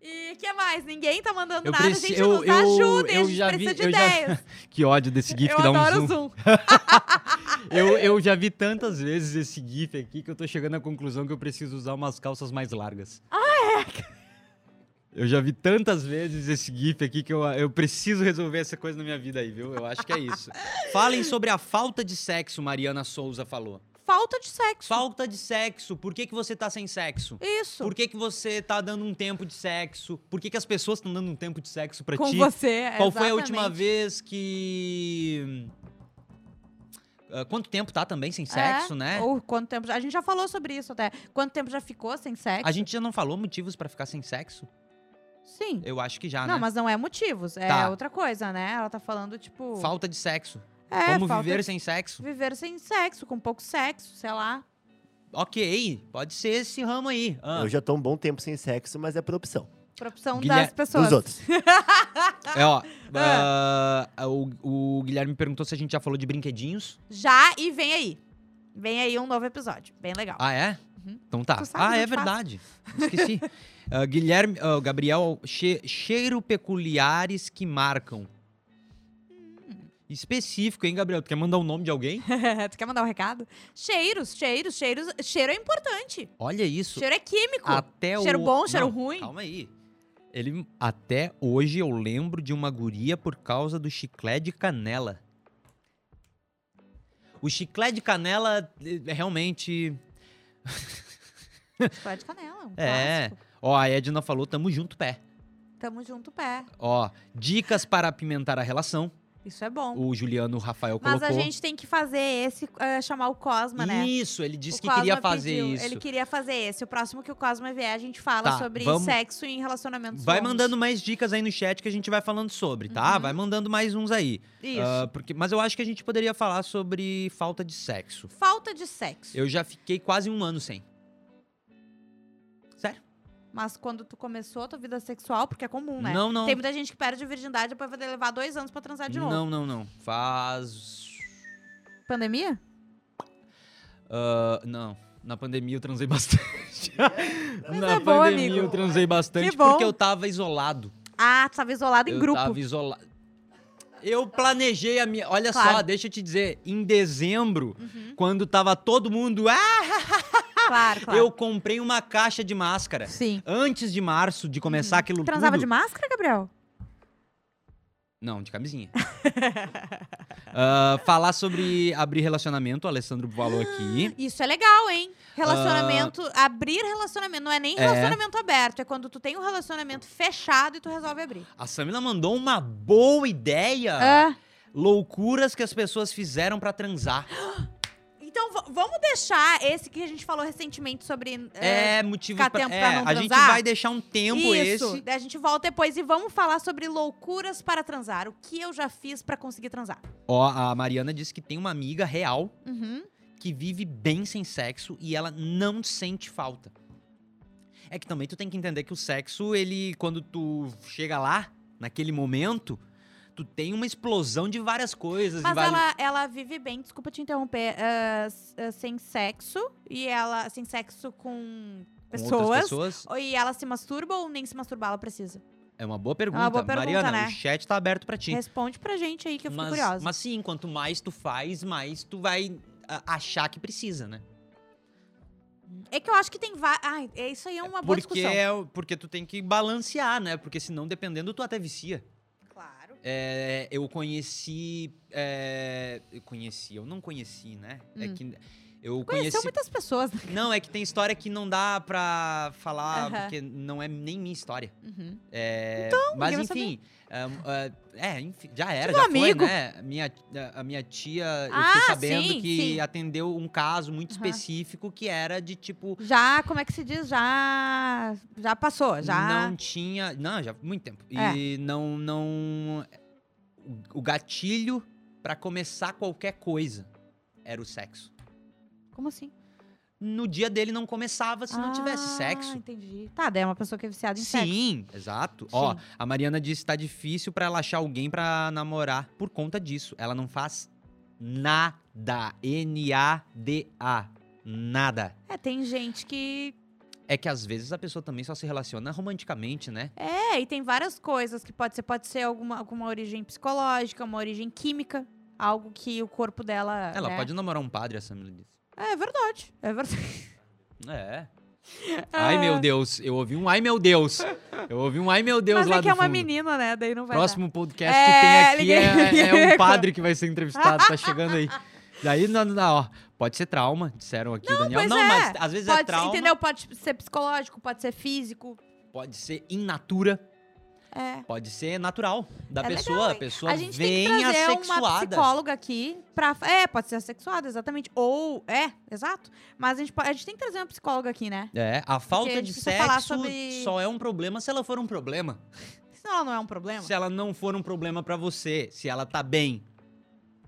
Speaker 1: E o que mais? Ninguém tá mandando
Speaker 2: Eu
Speaker 1: nada,
Speaker 2: preci-
Speaker 1: a gente
Speaker 2: eu-
Speaker 1: nos
Speaker 2: eu-
Speaker 1: ajudem,
Speaker 2: eu
Speaker 1: a gente
Speaker 2: já vi-
Speaker 1: precisa de
Speaker 2: eu já-
Speaker 1: ideias.
Speaker 2: Que ódio desse GIF
Speaker 1: Eu
Speaker 2: que dá um
Speaker 1: adoro
Speaker 2: zoom.
Speaker 1: o Zoom.
Speaker 2: Eu, eu já vi tantas vezes esse GIF aqui que eu tô chegando à conclusão que eu preciso usar umas calças mais largas. Ah, é? Eu já vi tantas vezes esse GIF aqui que eu, eu preciso resolver essa coisa na minha vida aí, viu? Eu acho que é isso. Falem sobre a falta de sexo, Mariana Souza falou.
Speaker 1: Falta de sexo.
Speaker 2: Falta de sexo, por que, que você tá sem sexo?
Speaker 1: Isso.
Speaker 2: Por que, que você tá dando um tempo de sexo? Por que, que as pessoas estão dando um tempo de sexo pra
Speaker 1: Com
Speaker 2: ti?
Speaker 1: você,
Speaker 2: Qual
Speaker 1: exatamente.
Speaker 2: foi a última vez que. hum, Ah, quanto tempo tá também sem sexo,
Speaker 1: É,
Speaker 2: né?
Speaker 1: Ou quanto tempo... já- A gente já falou sobre isso até. Quanto tempo já ficou sem sexo?
Speaker 2: A gente já não falou motivos pra ficar sem sexo?
Speaker 1: Sim.
Speaker 2: Eu acho que já,
Speaker 1: não,
Speaker 2: né?
Speaker 1: mas não é motivos. É
Speaker 2: Tá.
Speaker 1: outra coisa, né? Ela tá falando, tipo...
Speaker 2: Falta de sexo.
Speaker 1: é,
Speaker 2: Como
Speaker 1: falta
Speaker 2: viver
Speaker 1: de-
Speaker 2: sem sexo?
Speaker 1: Viver sem sexo, com pouco sexo, sei lá.
Speaker 2: Ok, pode ser esse ramo aí. Ah,
Speaker 3: Eu já tô um bom tempo sem sexo, mas é por opção.
Speaker 1: Pra opção
Speaker 2: Guilher-
Speaker 1: das pessoas.
Speaker 3: Dos outros.
Speaker 2: É, ó. ah, o, o Guilherme perguntou se a gente já falou de brinquedinhos.
Speaker 1: Já e vem aí. Vem aí um novo episódio. Bem legal.
Speaker 2: Ah, é?
Speaker 1: Uhum.
Speaker 2: Então tá.
Speaker 1: Tu sabe
Speaker 2: ah, é
Speaker 1: onde
Speaker 2: verdade. Esqueci. Ah, Guilherme, ah, Gabriel, che- cheiro peculiares que marcam.
Speaker 1: Hum.
Speaker 2: Específico, hein, Gabriel? Tu quer mandar o nome de alguém?
Speaker 1: tu quer mandar um recado? Cheiros, cheiros, cheiros. Cheiro é importante.
Speaker 2: Olha isso. Ah.
Speaker 1: Cheiro é químico.
Speaker 2: Até
Speaker 1: Cheiro
Speaker 2: o...
Speaker 1: bom, cheiro
Speaker 2: Não,
Speaker 1: ruim.
Speaker 2: Calma aí. Ele até hoje eu lembro de uma guria por causa do chiclete de canela. O chiclete de canela eh, realmente
Speaker 1: Chocolate de canela. Um
Speaker 2: É.
Speaker 1: clássico.
Speaker 2: Ó, a Edna falou, tamo junto, pé.
Speaker 1: Tamo junto, pé.
Speaker 2: Ó, dicas para apimentar a relação.
Speaker 1: Isso é bom.
Speaker 2: O Juliano Rafael
Speaker 1: Mas a
Speaker 2: colocou.
Speaker 1: gente tem que fazer esse, eh, chamar o Cosma, né?
Speaker 2: Isso, ele disse
Speaker 1: O
Speaker 2: que queria
Speaker 1: Cosma
Speaker 2: fazer
Speaker 1: pediu,
Speaker 2: isso.
Speaker 1: Ele queria fazer esse. O próximo que o Cosma vier, a gente fala
Speaker 2: Tá,
Speaker 1: sobre
Speaker 2: vamos-
Speaker 1: sexo e relacionamentos.
Speaker 2: Vai
Speaker 1: longos.
Speaker 2: mandando mais dicas aí no chat que a gente vai falando sobre, tá?
Speaker 1: Uhum.
Speaker 2: Vai mandando mais uns aí.
Speaker 1: Isso.
Speaker 2: Ah, porque, mas eu acho que a gente poderia falar sobre falta de sexo.
Speaker 1: Falta de sexo.
Speaker 2: Eu já fiquei quase um ano sem. Sério?
Speaker 1: Mas quando tu começou a tua vida sexual, porque é comum, né?
Speaker 2: Não, não.
Speaker 1: Tem muita gente que perde a virgindade e depois vai levar dois anos pra transar Tá de novo.
Speaker 2: Não, não, não. Faz.
Speaker 1: Pandemia?
Speaker 2: ah, não. Na pandemia eu transei bastante. Na
Speaker 1: é
Speaker 2: pandemia
Speaker 1: bom, amigo.
Speaker 2: eu transei bastante
Speaker 1: Que bom.
Speaker 2: porque eu tava isolado.
Speaker 1: Ah, tu tava isolado em
Speaker 2: eu
Speaker 1: grupo.
Speaker 2: tava isolado. Eu planejei a minha. Olha só,
Speaker 1: Claro.
Speaker 2: deixa eu te dizer. Em dezembro,
Speaker 1: Uhum,
Speaker 2: quando tava todo mundo. Ah,
Speaker 1: claro, claro.
Speaker 2: eu comprei uma caixa de máscara.
Speaker 1: Sim.
Speaker 2: Antes de março, de começar aquilo
Speaker 1: Uhum. Transava
Speaker 2: tudo.
Speaker 1: de máscara, Gabriel?
Speaker 2: Não, de camisinha. Ah, falar sobre abrir relacionamento, o Alessandro falou aqui.
Speaker 1: Isso é legal, hein? Relacionamento, abrir relacionamento. Não é nem
Speaker 2: Ah. É.
Speaker 1: relacionamento aberto, é quando tu tem um relacionamento fechado e tu resolve abrir.
Speaker 2: A Samila mandou uma boa ideia.
Speaker 1: Ah.
Speaker 2: Loucuras que as pessoas fizeram pra transar.
Speaker 1: Então v- vamos deixar esse que a gente falou recentemente sobre. eh,
Speaker 2: É, motivo
Speaker 1: ficar
Speaker 2: pra...
Speaker 1: tempo
Speaker 2: é,
Speaker 1: pra não
Speaker 2: A gente
Speaker 1: transar?
Speaker 2: vai deixar um tempo
Speaker 1: isso.
Speaker 2: esse.
Speaker 1: Daí A gente volta depois e vamos falar sobre loucuras para transar. O que eu já fiz pra conseguir transar.
Speaker 2: Ó, a Mariana disse que tem uma amiga real
Speaker 1: Uhum.
Speaker 2: que vive bem sem sexo e ela não sente falta. É que também tu tem que entender que o sexo, ele, quando tu chega lá, naquele momento, tu tem uma explosão de várias coisas. de
Speaker 1: Mas
Speaker 2: vários-
Speaker 1: ela, ela vive bem, eh, desculpa te interromper, ah, s- ah, sem sexo. E ela. Sem sexo com
Speaker 2: com
Speaker 1: Pessoas.
Speaker 2: outras pessoas?
Speaker 1: E ela se masturba ou nem se masturbar, ela precisa?
Speaker 2: É uma boa pergunta.
Speaker 1: boa pergunta,
Speaker 2: Mariana,
Speaker 1: né?
Speaker 2: o chat tá aberto pra ti.
Speaker 1: Responde pra gente aí que eu fico
Speaker 4: mas,
Speaker 1: curiosa.
Speaker 4: mas sim, quanto mais tu faz, mais tu vai
Speaker 2: ah,
Speaker 4: a- achar que precisa, né?
Speaker 1: É que eu acho que tem várias. Ai, é isso aí é uma boa
Speaker 2: porque,
Speaker 1: discussão.
Speaker 2: é o- porque tu tem que balancear, né? Porque senão, dependendo, tu até vicia.
Speaker 1: Claro.
Speaker 2: É, eu conheci. é, eu conheci, eu não conheci, né? É
Speaker 1: Hum.
Speaker 2: que. Eu
Speaker 1: Conheceu
Speaker 2: conheci.
Speaker 1: muitas pessoas. né?
Speaker 2: Não, é que tem história que não dá pra falar,
Speaker 1: Aham.
Speaker 2: porque não é nem minha história.
Speaker 1: Uhum.
Speaker 2: É, então, mas
Speaker 1: ninguém vai
Speaker 2: enfim, ah, ah, é, enfim, já era,
Speaker 1: Tive um
Speaker 2: já
Speaker 1: amigo.
Speaker 2: foi, né? A Minha, a minha tia, eu
Speaker 1: Ah,
Speaker 2: fiquei sabendo
Speaker 1: sim,
Speaker 2: que
Speaker 1: sim.
Speaker 2: atendeu um caso muito
Speaker 1: Aham.
Speaker 2: específico que era de tipo
Speaker 1: Já, como é que se diz? Já. Já passou, já. É.
Speaker 2: Não tinha. Não, já há muito tempo. E não. não o- O gatilho pra começar qualquer coisa era o sexo.
Speaker 1: Como assim?
Speaker 2: No dia dele não começava se não
Speaker 1: Ah,
Speaker 2: tivesse sexo.
Speaker 1: Entendi. Tá, daí é uma pessoa que é viciada em sexo.
Speaker 2: Sim, exato. Ó,
Speaker 1: Sim.
Speaker 2: a Mariana disse que tá difícil pra ela achar alguém pra namorar por conta disso. Ela não faz nada. N-A-D-A. Nada.
Speaker 1: É, tem gente que.
Speaker 2: É que às vezes a pessoa também só se relaciona romanticamente, né?
Speaker 1: É, e tem várias coisas que pode ser. Pode ser alguma, alguma origem psicológica, uma origem química. Algo que o corpo dela.
Speaker 2: Ela
Speaker 1: né?
Speaker 2: pode namorar um padre, a Samila disse.
Speaker 1: É, é verdade. É verdade.
Speaker 2: É.
Speaker 1: Ah.
Speaker 2: Ai, meu Deus. Eu ouvi um ai, meu Deus. Eu ouvi um ai, meu Deus
Speaker 1: Mas
Speaker 2: lá
Speaker 1: é que
Speaker 2: do
Speaker 1: é uma
Speaker 2: fundo.
Speaker 1: menina, né? Daí não vai. dar.
Speaker 2: Próximo podcast
Speaker 1: É,
Speaker 2: que tem aqui
Speaker 1: liguei-
Speaker 2: é- é,
Speaker 1: liguei
Speaker 2: um
Speaker 1: agora.
Speaker 2: padre que vai ser entrevistado. Tá chegando aí. Daí, na, na- ó, pode ser trauma, disseram aqui, Daniel.
Speaker 1: pois
Speaker 2: não,
Speaker 1: é.
Speaker 2: mas às vezes
Speaker 1: Pode
Speaker 2: é
Speaker 1: ser,
Speaker 2: trauma.
Speaker 1: entendeu? Pode ser psicológico, pode ser físico.
Speaker 2: Pode ser in natura.
Speaker 1: É.
Speaker 2: Pode ser natural da
Speaker 1: É legal,
Speaker 2: pessoa. a
Speaker 1: hein?
Speaker 2: pessoa
Speaker 1: a gente
Speaker 2: vem
Speaker 1: tem que trazer uma
Speaker 2: assexuada.
Speaker 1: psicóloga aqui pra. É, pode ser assexuada, exatamente. Ou. É, exato. Mas a gente, po- a gente tem que trazer uma psicóloga aqui, né?
Speaker 2: É, a
Speaker 1: Porque
Speaker 2: falta
Speaker 1: a gente
Speaker 2: de
Speaker 1: precisa falar
Speaker 2: sexo
Speaker 1: sobre-
Speaker 2: só é um problema se ela for um problema.
Speaker 1: Senão ela não é um problema.
Speaker 2: Se ela não for um problema pra você, se ela tá bem,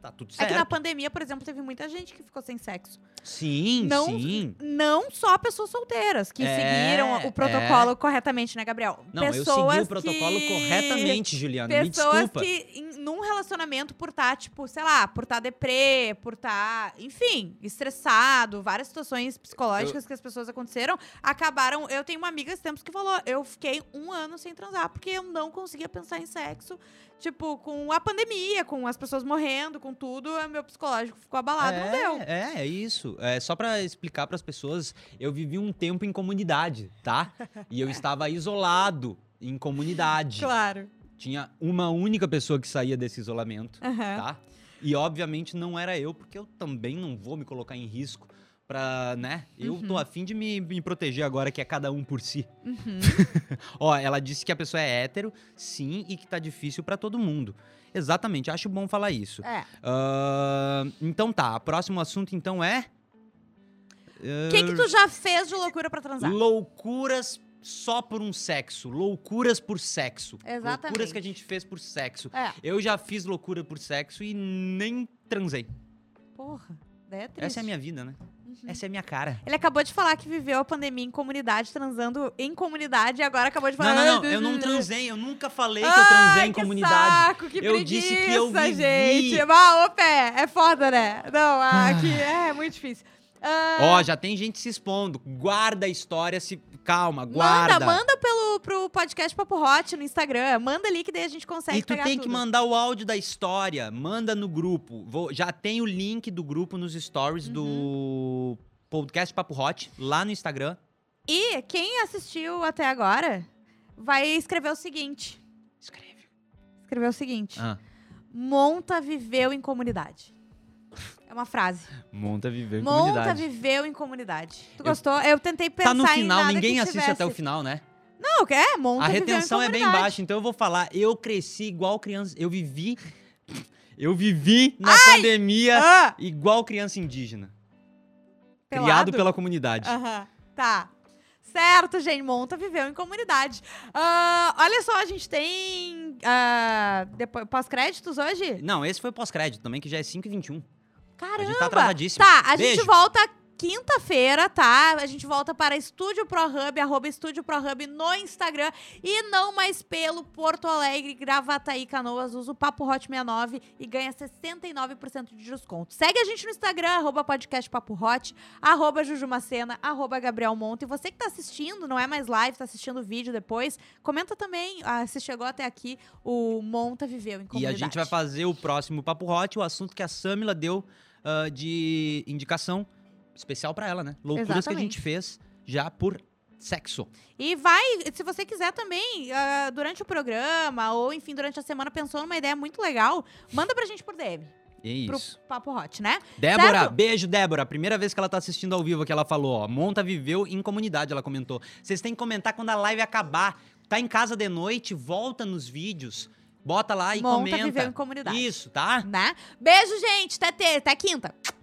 Speaker 2: tá tudo
Speaker 1: É
Speaker 2: certo.
Speaker 1: que na pandemia, por exemplo, teve muita gente que ficou sem sexo.
Speaker 2: Sim,
Speaker 1: Não-
Speaker 2: sim.
Speaker 1: Não só pessoas solteiras, que
Speaker 2: É,
Speaker 1: seguiram o protocolo corretamente, né, Gabriel?
Speaker 2: Não, eu
Speaker 1: pessoas
Speaker 2: segui o protocolo
Speaker 1: que-
Speaker 2: corretamente, Juliana. Tá, Me
Speaker 1: Pessoas
Speaker 2: desculpa.
Speaker 1: que, em- num relacionamento, por estar, tipo, sei lá, por estar deprê, por estar, enfim, estressado, várias situações psicológicas que as pessoas aconteceram, acabaram. Eu tenho uma amiga esses tempos que falou: eu fiquei um ano sem transar, porque eu não conseguia pensar em sexo. Tipo, com a pandemia, com as pessoas morrendo, com tudo, o meu psicológico ficou abalado, não deu.
Speaker 2: É, é isso. É só pra explicar pras pessoas, eu vivi um tempo em comunidade, tá? E eu estava isolado em comunidade.
Speaker 1: Claro.
Speaker 2: Tinha uma única pessoa que saía desse isolamento,
Speaker 1: É.
Speaker 2: tá? E obviamente não era eu, porque eu também não vou me colocar em risco pra, né? Eu tô afim de me, me proteger agora que é cada um por si. Ó, ela disse que a pessoa é hétero, sim, e que tá difícil pra todo mundo. Exatamente, acho bom falar isso.
Speaker 1: É.
Speaker 2: Ah, então tá, próximo assunto então é
Speaker 1: O que, que tu já fez de loucura pra transar?
Speaker 2: loucuras só por um sexo, loucuras por sexo.
Speaker 1: Exatamente.
Speaker 2: Loucuras que a gente fez por sexo.
Speaker 1: É.
Speaker 2: Eu já fiz loucura por sexo e nem transei.
Speaker 1: Porra, daí é triste. Uhum.
Speaker 2: Essa é a minha vida, né? Essa é a minha cara.
Speaker 1: Ele acabou de falar que viveu a pandemia em comunidade, transando em comunidade, e agora acabou de falar. "Ah,
Speaker 2: Não, não, não, eu não transei, eu nunca falei que eu transei em comunidade.
Speaker 1: Saco, que
Speaker 2: Eu disse que
Speaker 1: preguiça,
Speaker 2: eu vivi.
Speaker 1: gente. Ah, ô pé, é foda, né? Não, ah, que é, é muito difícil. Ah,
Speaker 2: Ó, já tem gente se expondo. Guarda a história, se calma, guarda.
Speaker 1: Manda, manda pelo, pro podcast Papo Hot no Instagram. Manda ali que daí a gente consegue
Speaker 2: E tu
Speaker 1: pegar
Speaker 2: tem que
Speaker 1: tudo.
Speaker 2: mandar o áudio da história, manda no grupo. Vou- já tem o link do grupo nos stories
Speaker 1: Uhum.
Speaker 2: do podcast Papo Hot lá no Instagram.
Speaker 1: E quem assistiu até agora vai escrever o seguinte.
Speaker 2: Escreve.
Speaker 1: Escrever o seguinte.
Speaker 2: Ah,
Speaker 1: Monta viveu em comunidade. É uma frase.
Speaker 2: monta viver em
Speaker 1: Monta
Speaker 2: comunidade.
Speaker 1: viveu em comunidade. Tu
Speaker 2: Eu-
Speaker 1: gostou? Eu tentei pensar
Speaker 2: Tá no
Speaker 1: em
Speaker 2: final,
Speaker 1: nada
Speaker 2: ninguém
Speaker 1: que
Speaker 2: assiste
Speaker 1: tivesse...
Speaker 2: até o final, né?
Speaker 1: Não, é, monta
Speaker 2: a
Speaker 1: viveu em
Speaker 2: retenção é bem
Speaker 1: comunidade.
Speaker 2: baixa, então eu vou falar. Eu cresci igual criança. Eu vivi. Eu vivi na pandemia
Speaker 1: Ah,
Speaker 2: igual criança indígena.
Speaker 1: pelado?
Speaker 2: Criado pela comunidade.
Speaker 1: Aham, tá. Certo, gente, monta viveu em comunidade. Ah, olha só, a gente tem ah, depois pós-créditos hoje?
Speaker 2: Não, esse foi o pós-crédito também, que já é 5h21.
Speaker 1: Caramba!
Speaker 2: atrasadíssimo.
Speaker 1: Tá, a gente
Speaker 2: Beijo.
Speaker 1: volta quinta-feira, tá? A gente volta para Estúdio Pro Hub, arroba Estúdio Pro Hub no Instagram e não mais pelo Porto Alegre, Gravataí, Canoas. Usa o Papo Hot 69 e ganha 69% de desconto. Segue a gente no Instagram, arroba podcast Papo Hot, arroba Jujumacena, arroba Gabriel Monte. E você que tá assistindo, não é mais live, tá assistindo o vídeo depois, comenta também ah, se chegou até aqui o Monta Viveu em
Speaker 2: E a
Speaker 1: comunidade.
Speaker 2: gente vai fazer o próximo Papo Hot, o assunto que a Samila deu ah, de indicação especial pra ela, né? Loucuras que a
Speaker 1: Exatamente.
Speaker 2: gente fez já por sexo.
Speaker 1: E vai, se você quiser também, ah, durante o programa, ou enfim, durante a semana, pensou numa ideia muito legal, manda pra gente por DM,
Speaker 5: É isso.
Speaker 1: pro Papo Hot, né?
Speaker 2: Débora,
Speaker 1: Certo?
Speaker 2: beijo, Débora. Primeira vez que ela tá assistindo ao vivo que ela falou, ó. Monta viveu em comunidade, ela comentou. Vocês têm que comentar quando a live acabar. Tá em casa de noite, volta nos vídeos, bota lá e
Speaker 1: Monta
Speaker 2: comenta.
Speaker 1: Viveu em Comunidade.
Speaker 2: Isso, tá?
Speaker 1: Né? Beijo, gente. Até, te- até quinta.